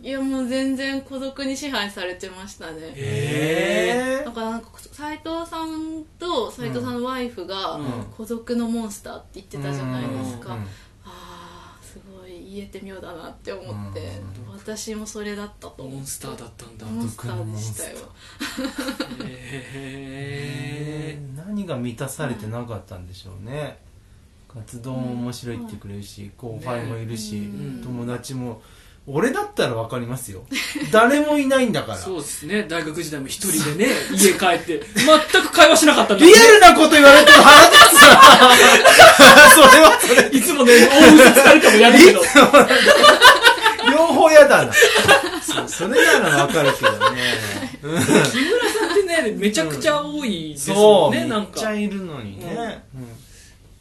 [SPEAKER 3] いやもう全然孤独に支配されてましたね
[SPEAKER 1] へ
[SPEAKER 2] へ
[SPEAKER 3] だからなんか斎藤さんと斎藤さんのワイフが
[SPEAKER 1] うん
[SPEAKER 3] 「孤独のモンスター」って言ってたじゃないですか、
[SPEAKER 2] うんうん
[SPEAKER 3] あーすごい言えて妙だなって思って、
[SPEAKER 2] う
[SPEAKER 3] 私もそれだったと
[SPEAKER 1] モ
[SPEAKER 3] 思
[SPEAKER 1] ン
[SPEAKER 3] う
[SPEAKER 1] スターだったんだ
[SPEAKER 3] モンスターでしたよ
[SPEAKER 1] へ
[SPEAKER 2] え何が満たされてなかったんでしょうね活動も面白いって言ってくれるし後輩もいるし
[SPEAKER 1] うん
[SPEAKER 2] 友達も俺だったら分かりますよ誰もいないんだから
[SPEAKER 1] そうですね大学時代も一人でね 家帰って全く会話しなかったんだ
[SPEAKER 2] リアルなこと言われても腹立つな それはそれ
[SPEAKER 1] いつもね大嘘つかれてもやるけど
[SPEAKER 2] 両方やだなそうそれなら分かるけどね、うん
[SPEAKER 1] でねめちゃくちゃ多いです
[SPEAKER 2] そ
[SPEAKER 1] も
[SPEAKER 2] うん
[SPEAKER 1] ね、な
[SPEAKER 2] めっ
[SPEAKER 1] んか
[SPEAKER 2] ちゃいるのにね、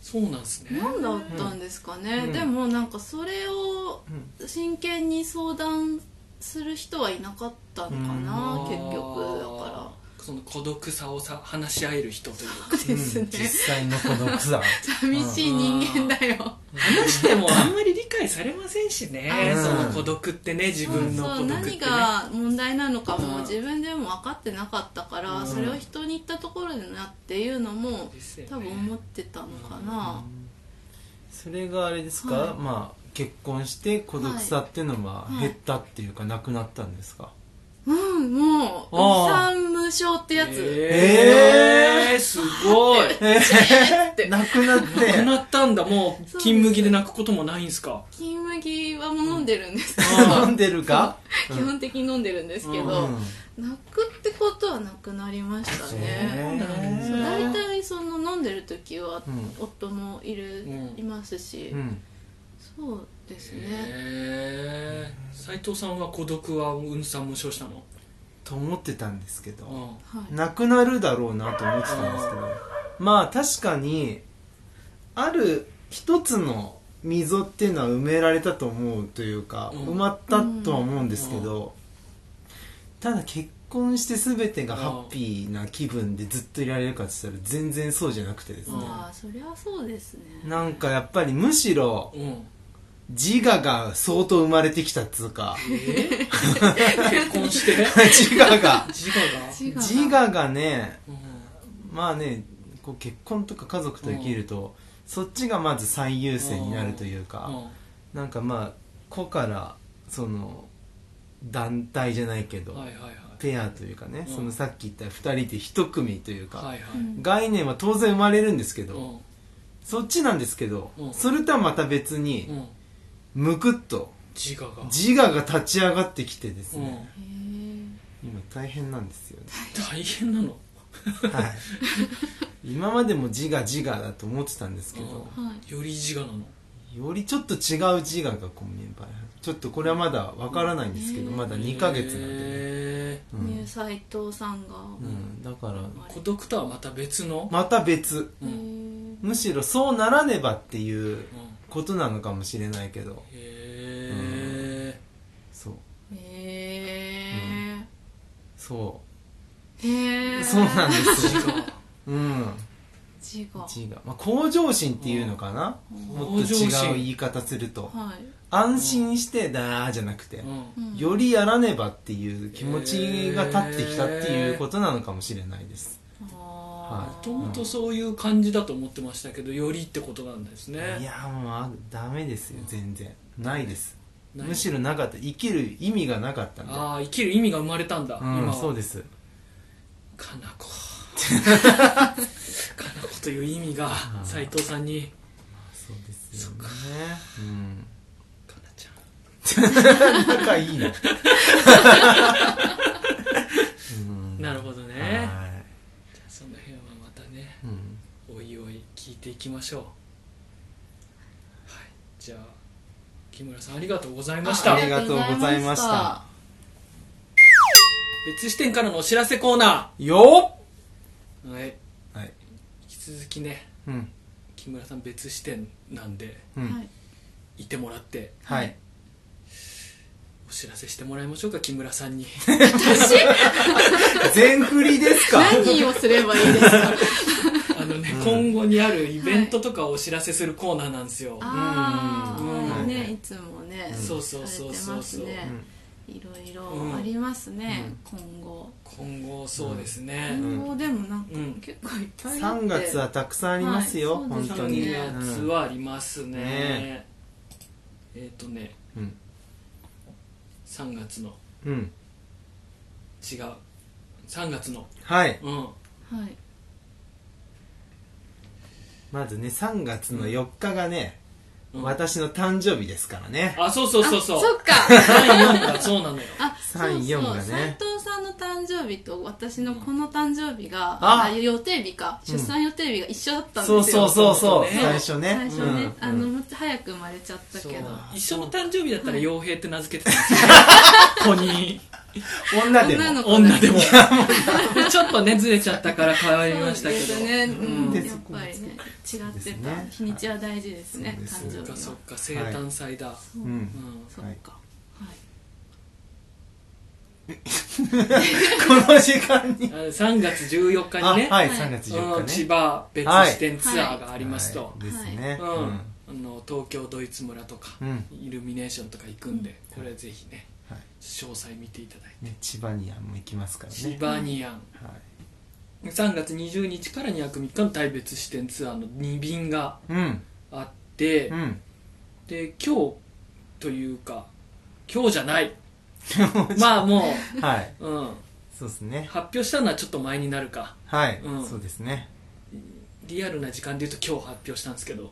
[SPEAKER 1] そうなんですね
[SPEAKER 3] 何だったんですかね、
[SPEAKER 2] うん
[SPEAKER 3] でもなんかそれを真剣に相談する人はいなかったのかな、
[SPEAKER 1] あー
[SPEAKER 3] 結局だから
[SPEAKER 1] その孤独さをさ話し合える人というか
[SPEAKER 3] そうです
[SPEAKER 2] う
[SPEAKER 3] ね
[SPEAKER 2] ん、実際のこの草
[SPEAKER 3] 寂しい人間だよ
[SPEAKER 1] 話しても あんまり理解されませんしね
[SPEAKER 3] あ
[SPEAKER 1] その孤独ってね自分の
[SPEAKER 3] そう
[SPEAKER 1] 孤
[SPEAKER 3] そう
[SPEAKER 1] 独ってね
[SPEAKER 3] 何が問題なのかも
[SPEAKER 1] うん
[SPEAKER 3] 自分でも分かってなかったから、
[SPEAKER 1] うん
[SPEAKER 3] それを人に言ったところでなっていうのも
[SPEAKER 1] ですよね
[SPEAKER 3] 多分思ってたのかな、
[SPEAKER 2] それがあれですか、
[SPEAKER 3] はい
[SPEAKER 2] まあ結婚して孤独さっていうのは
[SPEAKER 3] はい
[SPEAKER 2] 減ったっていうかなくなったんですか、
[SPEAKER 3] うんも
[SPEAKER 2] あー
[SPEAKER 3] うお産む風症ってやつ、
[SPEAKER 1] えー、すごい
[SPEAKER 2] えー、なく なっ
[SPEAKER 1] なく
[SPEAKER 2] て
[SPEAKER 1] なったんだもう金麦で泣くこともないんすか
[SPEAKER 3] 金麦はもう飲んでるんですけ
[SPEAKER 2] 飲んでるか
[SPEAKER 3] ど、基本的に飲んでるんですけど、
[SPEAKER 2] うん
[SPEAKER 3] 泣くってことはなくなりましたね、
[SPEAKER 2] へー
[SPEAKER 3] そう大体その飲んでる時は
[SPEAKER 2] うん
[SPEAKER 3] 夫もいる、
[SPEAKER 1] うん
[SPEAKER 3] いますし、
[SPEAKER 2] うん
[SPEAKER 3] そうですね、
[SPEAKER 1] えー、斉藤さんは孤独はうんさんも症したの
[SPEAKER 2] と思ってたんですけど、
[SPEAKER 1] うん
[SPEAKER 3] はい
[SPEAKER 2] なくなるだろうなと思ってたんですけどまあ確かにある一つの溝っていうのは埋められたと思うというか、
[SPEAKER 1] うん
[SPEAKER 2] 埋まったとは思うんですけど、ただ結婚して全てがハッピーな気分でずっといられるかって言ったら全然そうじゃなくてですね、
[SPEAKER 3] まあそりゃそうですね
[SPEAKER 2] なんかやっぱりむしろ
[SPEAKER 1] うん
[SPEAKER 2] 自我が相当生まれてきたっつうか
[SPEAKER 1] えー、 結婚 して
[SPEAKER 2] 自我が
[SPEAKER 1] 自我が
[SPEAKER 3] 自
[SPEAKER 2] 自
[SPEAKER 3] が
[SPEAKER 2] 我がね
[SPEAKER 1] う
[SPEAKER 2] まあねこう結婚とか家族と生きると、そっちがまず最優先になるというか、
[SPEAKER 1] んうん
[SPEAKER 2] なんかまあ子からその団体じゃないけど、
[SPEAKER 1] はいはいはい
[SPEAKER 2] ペアというかね、
[SPEAKER 1] うん
[SPEAKER 2] そのさっき言った2人で一組というか、
[SPEAKER 1] はいはい
[SPEAKER 3] うん
[SPEAKER 2] 概念は当然生まれるんですけ
[SPEAKER 1] う
[SPEAKER 2] ど、
[SPEAKER 1] ん
[SPEAKER 2] そっちなんですけど、
[SPEAKER 1] うん
[SPEAKER 2] それとはまた別に、
[SPEAKER 1] うん
[SPEAKER 2] むくっと
[SPEAKER 1] 自我が
[SPEAKER 2] 自我が立ち上がってきてです
[SPEAKER 1] うん
[SPEAKER 2] ね、
[SPEAKER 3] へー
[SPEAKER 2] 今大変なんですよね
[SPEAKER 1] 大変なの
[SPEAKER 2] はい今までも自我自我だと思ってたんですけど、
[SPEAKER 1] うん
[SPEAKER 3] はい
[SPEAKER 1] より自我なの
[SPEAKER 2] よりちょっと違う自我がこうメンバーに入るちょっとこれはまだわからないんですけど、
[SPEAKER 3] うん
[SPEAKER 2] まだ2ヶ月なんで、ね
[SPEAKER 1] へ
[SPEAKER 2] う
[SPEAKER 3] ね
[SPEAKER 2] ん
[SPEAKER 3] 斎藤さんが、
[SPEAKER 2] うん、だから
[SPEAKER 1] ー孤独とはまた別の
[SPEAKER 2] また別
[SPEAKER 1] うん
[SPEAKER 3] へ
[SPEAKER 2] むしろそうならねばってい
[SPEAKER 1] う
[SPEAKER 2] う
[SPEAKER 1] ん
[SPEAKER 2] ことなのかもしれないけど
[SPEAKER 1] へ
[SPEAKER 2] そう
[SPEAKER 3] えへ
[SPEAKER 2] そ
[SPEAKER 3] えへえ
[SPEAKER 2] うそうなんです
[SPEAKER 1] ー自我
[SPEAKER 2] うん
[SPEAKER 3] 自我
[SPEAKER 2] 自我、まあ、向上心っていうのかな
[SPEAKER 3] うん
[SPEAKER 2] もっと違う言い方すると
[SPEAKER 3] はい、
[SPEAKER 2] 安心してだーじゃなくて、
[SPEAKER 1] うん
[SPEAKER 3] うん
[SPEAKER 2] よりやらねばっていう気持ちが立ってきたっていうことなのかもしれないです、
[SPEAKER 3] あ
[SPEAKER 2] は
[SPEAKER 1] も
[SPEAKER 3] ー
[SPEAKER 1] ともとそういう感じだと思ってましたけどよりってことなんです
[SPEAKER 2] い
[SPEAKER 1] ね
[SPEAKER 2] やもうあダメですよ全然ないです
[SPEAKER 1] ない
[SPEAKER 2] むしろなかった生きる意味がなかったんで
[SPEAKER 1] ああ生きる意味が生まれたんだ
[SPEAKER 2] う
[SPEAKER 1] 今
[SPEAKER 2] んそう
[SPEAKER 1] は
[SPEAKER 2] です
[SPEAKER 1] かな こかなこという意味が
[SPEAKER 2] うん
[SPEAKER 1] 斎藤さんに
[SPEAKER 2] そうですよねうん
[SPEAKER 1] かなちゃ
[SPEAKER 2] 仲い いのうん
[SPEAKER 1] んなるほどねじゃ
[SPEAKER 2] は
[SPEAKER 1] あその辺はまたね
[SPEAKER 2] いうん
[SPEAKER 1] おいおい聞いていきましょうはいじゃあ木村さんありがとうございまし
[SPEAKER 2] あ
[SPEAKER 1] た
[SPEAKER 2] りがとうございました
[SPEAKER 1] 別視点からのお知らせコーナ
[SPEAKER 2] よ
[SPEAKER 1] ーはい
[SPEAKER 2] っはい
[SPEAKER 1] 引き続きね
[SPEAKER 2] うん
[SPEAKER 1] 木村さん別視点なんで
[SPEAKER 2] うん
[SPEAKER 3] はい
[SPEAKER 1] いてもらって
[SPEAKER 2] はい
[SPEAKER 1] お知らせしてもらいましょうか木村さ んに
[SPEAKER 3] 私
[SPEAKER 2] 全振りですか
[SPEAKER 3] 何をすればいいですか
[SPEAKER 1] あのね、今後にあるイベントとかをお知らせするコーナーなんですよ、
[SPEAKER 3] あ
[SPEAKER 1] うん
[SPEAKER 3] あ
[SPEAKER 2] う
[SPEAKER 3] ね
[SPEAKER 2] ん
[SPEAKER 3] いつもね
[SPEAKER 2] うん
[SPEAKER 1] そうそうそうそう
[SPEAKER 3] されてますねいろいろありますね今後
[SPEAKER 1] 今後そうですね、
[SPEAKER 3] 今後でもなんか
[SPEAKER 1] うん
[SPEAKER 3] 結構いっぱいあって
[SPEAKER 2] 3月はたくさんありますよ、
[SPEAKER 3] はい
[SPEAKER 2] 本
[SPEAKER 3] そ
[SPEAKER 2] 当
[SPEAKER 3] う
[SPEAKER 2] に、
[SPEAKER 3] です
[SPEAKER 2] う
[SPEAKER 3] よ
[SPEAKER 1] 3月
[SPEAKER 2] ん
[SPEAKER 1] はありますね
[SPEAKER 2] ね
[SPEAKER 1] えっ、とね
[SPEAKER 2] うん
[SPEAKER 1] 3月の
[SPEAKER 2] うん、
[SPEAKER 1] 違う3月の
[SPEAKER 2] はい
[SPEAKER 1] うん
[SPEAKER 3] はい
[SPEAKER 2] まずね3月の4日がね、
[SPEAKER 1] うん
[SPEAKER 2] 私の誕生日ですからね
[SPEAKER 1] あそうそうそうそう
[SPEAKER 3] あそっか
[SPEAKER 1] 3 4がそうなのよ
[SPEAKER 3] あそう
[SPEAKER 2] 三
[SPEAKER 3] そ
[SPEAKER 2] 四
[SPEAKER 3] う
[SPEAKER 2] がね
[SPEAKER 3] 斎藤さんの誕生日と私のこの誕生日が
[SPEAKER 2] あ
[SPEAKER 3] あ予定日か出産予定日が一緒だったんです
[SPEAKER 2] そ
[SPEAKER 3] よ
[SPEAKER 2] うそうそうそう、
[SPEAKER 1] ね
[SPEAKER 2] 最初ね
[SPEAKER 3] 最初ね
[SPEAKER 2] うん
[SPEAKER 3] あの早く生まれちゃった
[SPEAKER 1] そう
[SPEAKER 3] けど
[SPEAKER 1] 一緒の誕生日だったら傭兵って名付けてたんですよ 子に
[SPEAKER 2] 女でも
[SPEAKER 3] 女の子
[SPEAKER 1] 女でも ちょっとねずれちゃったから変わりましたけ
[SPEAKER 3] そ
[SPEAKER 1] ど
[SPEAKER 3] うですね、うん
[SPEAKER 2] うん
[SPEAKER 3] やっぱりね違
[SPEAKER 2] うで
[SPEAKER 3] って
[SPEAKER 2] す
[SPEAKER 3] た、
[SPEAKER 2] ね
[SPEAKER 3] 日にちは大事ですね、
[SPEAKER 2] はい
[SPEAKER 3] 誕
[SPEAKER 2] そ
[SPEAKER 3] 生
[SPEAKER 1] そっ
[SPEAKER 3] 日
[SPEAKER 1] か
[SPEAKER 3] は
[SPEAKER 1] そ
[SPEAKER 3] そ
[SPEAKER 1] っか生誕祭だ、
[SPEAKER 3] う
[SPEAKER 2] う、
[SPEAKER 1] うんん
[SPEAKER 3] そうかはい
[SPEAKER 2] この時間に、
[SPEAKER 1] あの3月14日
[SPEAKER 2] あ
[SPEAKER 1] にね、
[SPEAKER 2] はい
[SPEAKER 3] はい
[SPEAKER 2] 3月
[SPEAKER 1] うん
[SPEAKER 2] 14日
[SPEAKER 1] 千
[SPEAKER 2] ね
[SPEAKER 1] 葉別支店ツアーがあ
[SPEAKER 2] あ
[SPEAKER 1] りますと、
[SPEAKER 2] ですね、
[SPEAKER 1] うんあの東京ドイツ村とか、
[SPEAKER 2] うん、うん
[SPEAKER 1] イルミネーションとか行くんで、これはぜひね、
[SPEAKER 2] はい
[SPEAKER 1] 詳細見ていただいて、
[SPEAKER 2] ね、千葉にはもう行きますから
[SPEAKER 1] シ
[SPEAKER 2] ね、
[SPEAKER 1] バニアン
[SPEAKER 2] は
[SPEAKER 1] 3月20日から2泊3日の大別支店ツアーの2便が
[SPEAKER 2] い、うん
[SPEAKER 1] あって、
[SPEAKER 2] うん
[SPEAKER 1] で今日というか今日じゃないまあも、
[SPEAKER 2] はいう
[SPEAKER 1] うん、
[SPEAKER 2] そうですね
[SPEAKER 1] 発表したのはちょっと前になるか
[SPEAKER 2] はい、
[SPEAKER 1] うん
[SPEAKER 2] そうですね
[SPEAKER 1] リアルな時間で言うと今日発表したんです けど
[SPEAKER 2] は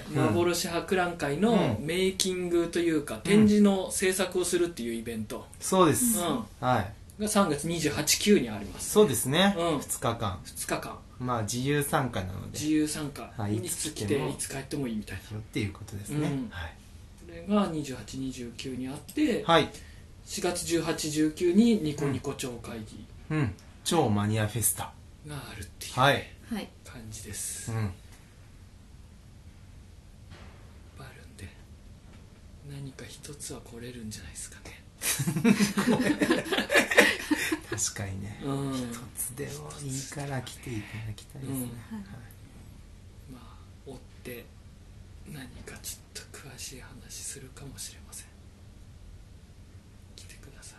[SPEAKER 1] あー幻博覧会の
[SPEAKER 2] うん
[SPEAKER 1] メイキングというか、展示の制作をするっていうイベント、
[SPEAKER 2] そうで
[SPEAKER 1] う
[SPEAKER 2] す、
[SPEAKER 1] ん
[SPEAKER 2] はい
[SPEAKER 1] が3月289にあります
[SPEAKER 2] そうですね、
[SPEAKER 1] うん
[SPEAKER 2] 2日間
[SPEAKER 1] 2日間
[SPEAKER 2] まあ自由参加なので
[SPEAKER 1] 自由参加、
[SPEAKER 2] はい
[SPEAKER 1] い、つ来て
[SPEAKER 2] いつ来ても
[SPEAKER 1] いつ帰ってもいいみたいな
[SPEAKER 2] よっていうことですね、
[SPEAKER 1] うん
[SPEAKER 2] はい、
[SPEAKER 1] それが2829にあって、
[SPEAKER 2] はい
[SPEAKER 1] 4月1819にニコニコ町会議
[SPEAKER 2] うん、超マニアフェスタ
[SPEAKER 1] があるっていう
[SPEAKER 2] はい、
[SPEAKER 3] はい
[SPEAKER 1] 感じです、
[SPEAKER 2] う
[SPEAKER 1] いっ
[SPEAKER 2] ん、
[SPEAKER 1] ぱいあるんで何か一つは来れるんじゃないですかね
[SPEAKER 2] 確かにね
[SPEAKER 1] うん
[SPEAKER 2] 一つでもいいから来ていただきたいですね、
[SPEAKER 1] うん
[SPEAKER 2] はい
[SPEAKER 1] まあ追って何かちょっと詳しい話するかもしれません来てください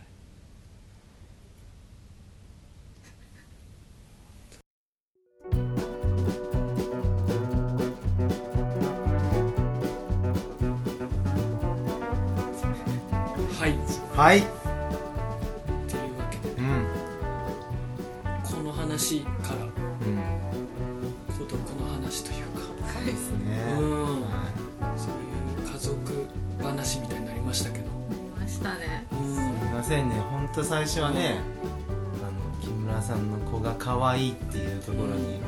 [SPEAKER 1] はい
[SPEAKER 2] はい、
[SPEAKER 1] というわけで
[SPEAKER 2] うん
[SPEAKER 1] この話から
[SPEAKER 2] うん、
[SPEAKER 1] 孤独の話というか
[SPEAKER 2] そうですね、
[SPEAKER 1] うん
[SPEAKER 2] は
[SPEAKER 1] そういう家族話みたいになりましたけど
[SPEAKER 3] 思いましたね
[SPEAKER 1] うん
[SPEAKER 2] い、すいませんね本当最初はね、あの木村さんの子が可愛いっていうところに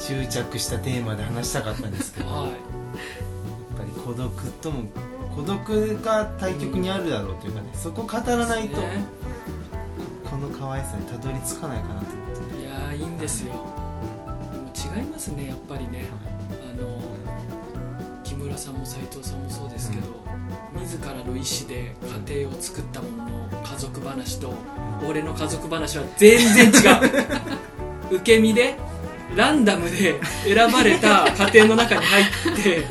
[SPEAKER 2] 執着したテーマで話したかったん ですけどやっ
[SPEAKER 1] はい
[SPEAKER 2] ぱり孤独とも孤独が対極にあるだろうというかねそこ語らないと
[SPEAKER 1] ね
[SPEAKER 2] この可愛さにたどり着かないかなと思って、
[SPEAKER 1] いやーいいんですよでも違いますねやっぱりねあの木村さんも斉藤さんもそうですけど、自らの意思で家庭を作ったものの家族話と俺の家族話は全然違う受け身でランダムで選ばれた家庭の中に入って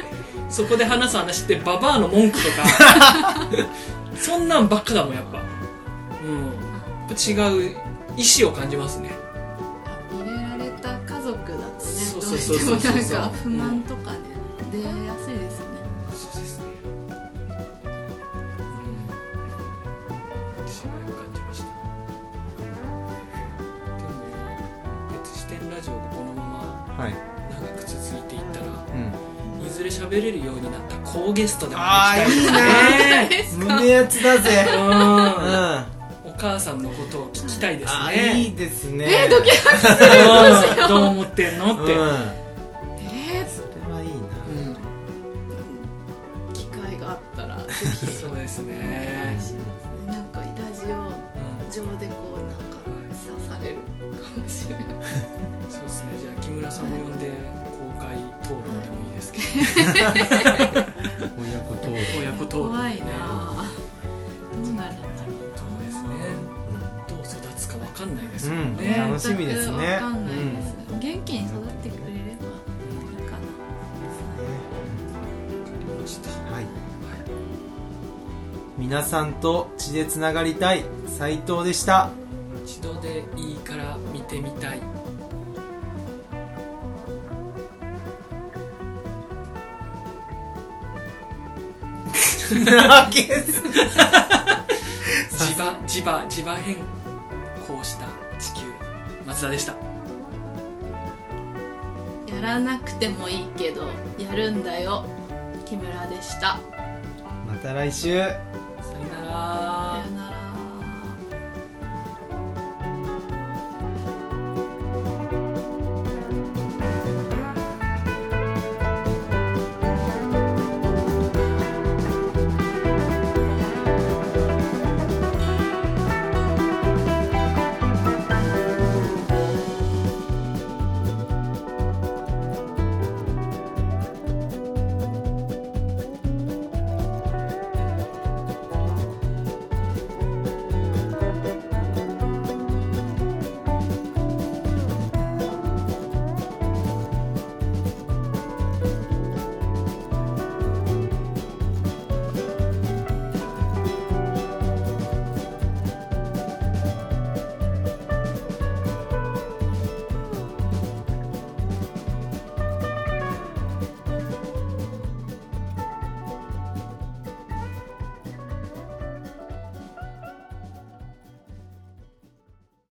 [SPEAKER 1] そこで話す話ってババアの文句とかそんなんばっかだもんやっぱうんやっぱ違う意思を感じますね
[SPEAKER 3] 入れられた家族だとね
[SPEAKER 1] そう
[SPEAKER 3] ど
[SPEAKER 1] そううそう
[SPEAKER 3] して
[SPEAKER 1] そう
[SPEAKER 3] もなんか不満とかね出会いやすいですね
[SPEAKER 1] そうですね。うん。芝居を感じました。でも、別視点ラジオがこのま
[SPEAKER 2] はい、
[SPEAKER 1] ま長く続いていったら、
[SPEAKER 2] うん、
[SPEAKER 1] いずれ喋れるようになった高ゲストでも
[SPEAKER 2] あー
[SPEAKER 1] 行きたいですね。
[SPEAKER 2] 胸やつだぜ
[SPEAKER 1] う
[SPEAKER 2] うん
[SPEAKER 1] ん。
[SPEAKER 2] あ
[SPEAKER 1] お母さんのことを聞きたいです
[SPEAKER 2] ーい
[SPEAKER 1] ね。
[SPEAKER 2] いですね
[SPEAKER 3] えードキド
[SPEAKER 1] うんどう思ってんのって。
[SPEAKER 2] う
[SPEAKER 1] うんん。
[SPEAKER 3] えー
[SPEAKER 2] それはいいな、
[SPEAKER 3] 機会があったらぜひ
[SPEAKER 1] そうです
[SPEAKER 3] お願い
[SPEAKER 1] ね。
[SPEAKER 3] しますねなんかラジ
[SPEAKER 1] う
[SPEAKER 3] オ
[SPEAKER 1] ん
[SPEAKER 3] 上でこうなんか刺されるかもしれない
[SPEAKER 1] そうですね。じゃあ木村さんも呼んで公開討論でもいいですけど。
[SPEAKER 2] 親子と、うん
[SPEAKER 1] 親子と
[SPEAKER 3] 怖いなどうなるんだろう
[SPEAKER 1] そうですねどう育つかわかんないですもん
[SPEAKER 2] うん
[SPEAKER 1] ね、
[SPEAKER 2] 楽しみですね
[SPEAKER 3] 全くわかんないです、元気に育ってくれればいいかな
[SPEAKER 2] はい、皆さんと血でつながりたい斉藤で した
[SPEAKER 1] 一度でいいから見てみたい地 場地場地場変更した地球松田でした
[SPEAKER 3] やらなくてもいいけどやるんだよ木村でした
[SPEAKER 2] また来週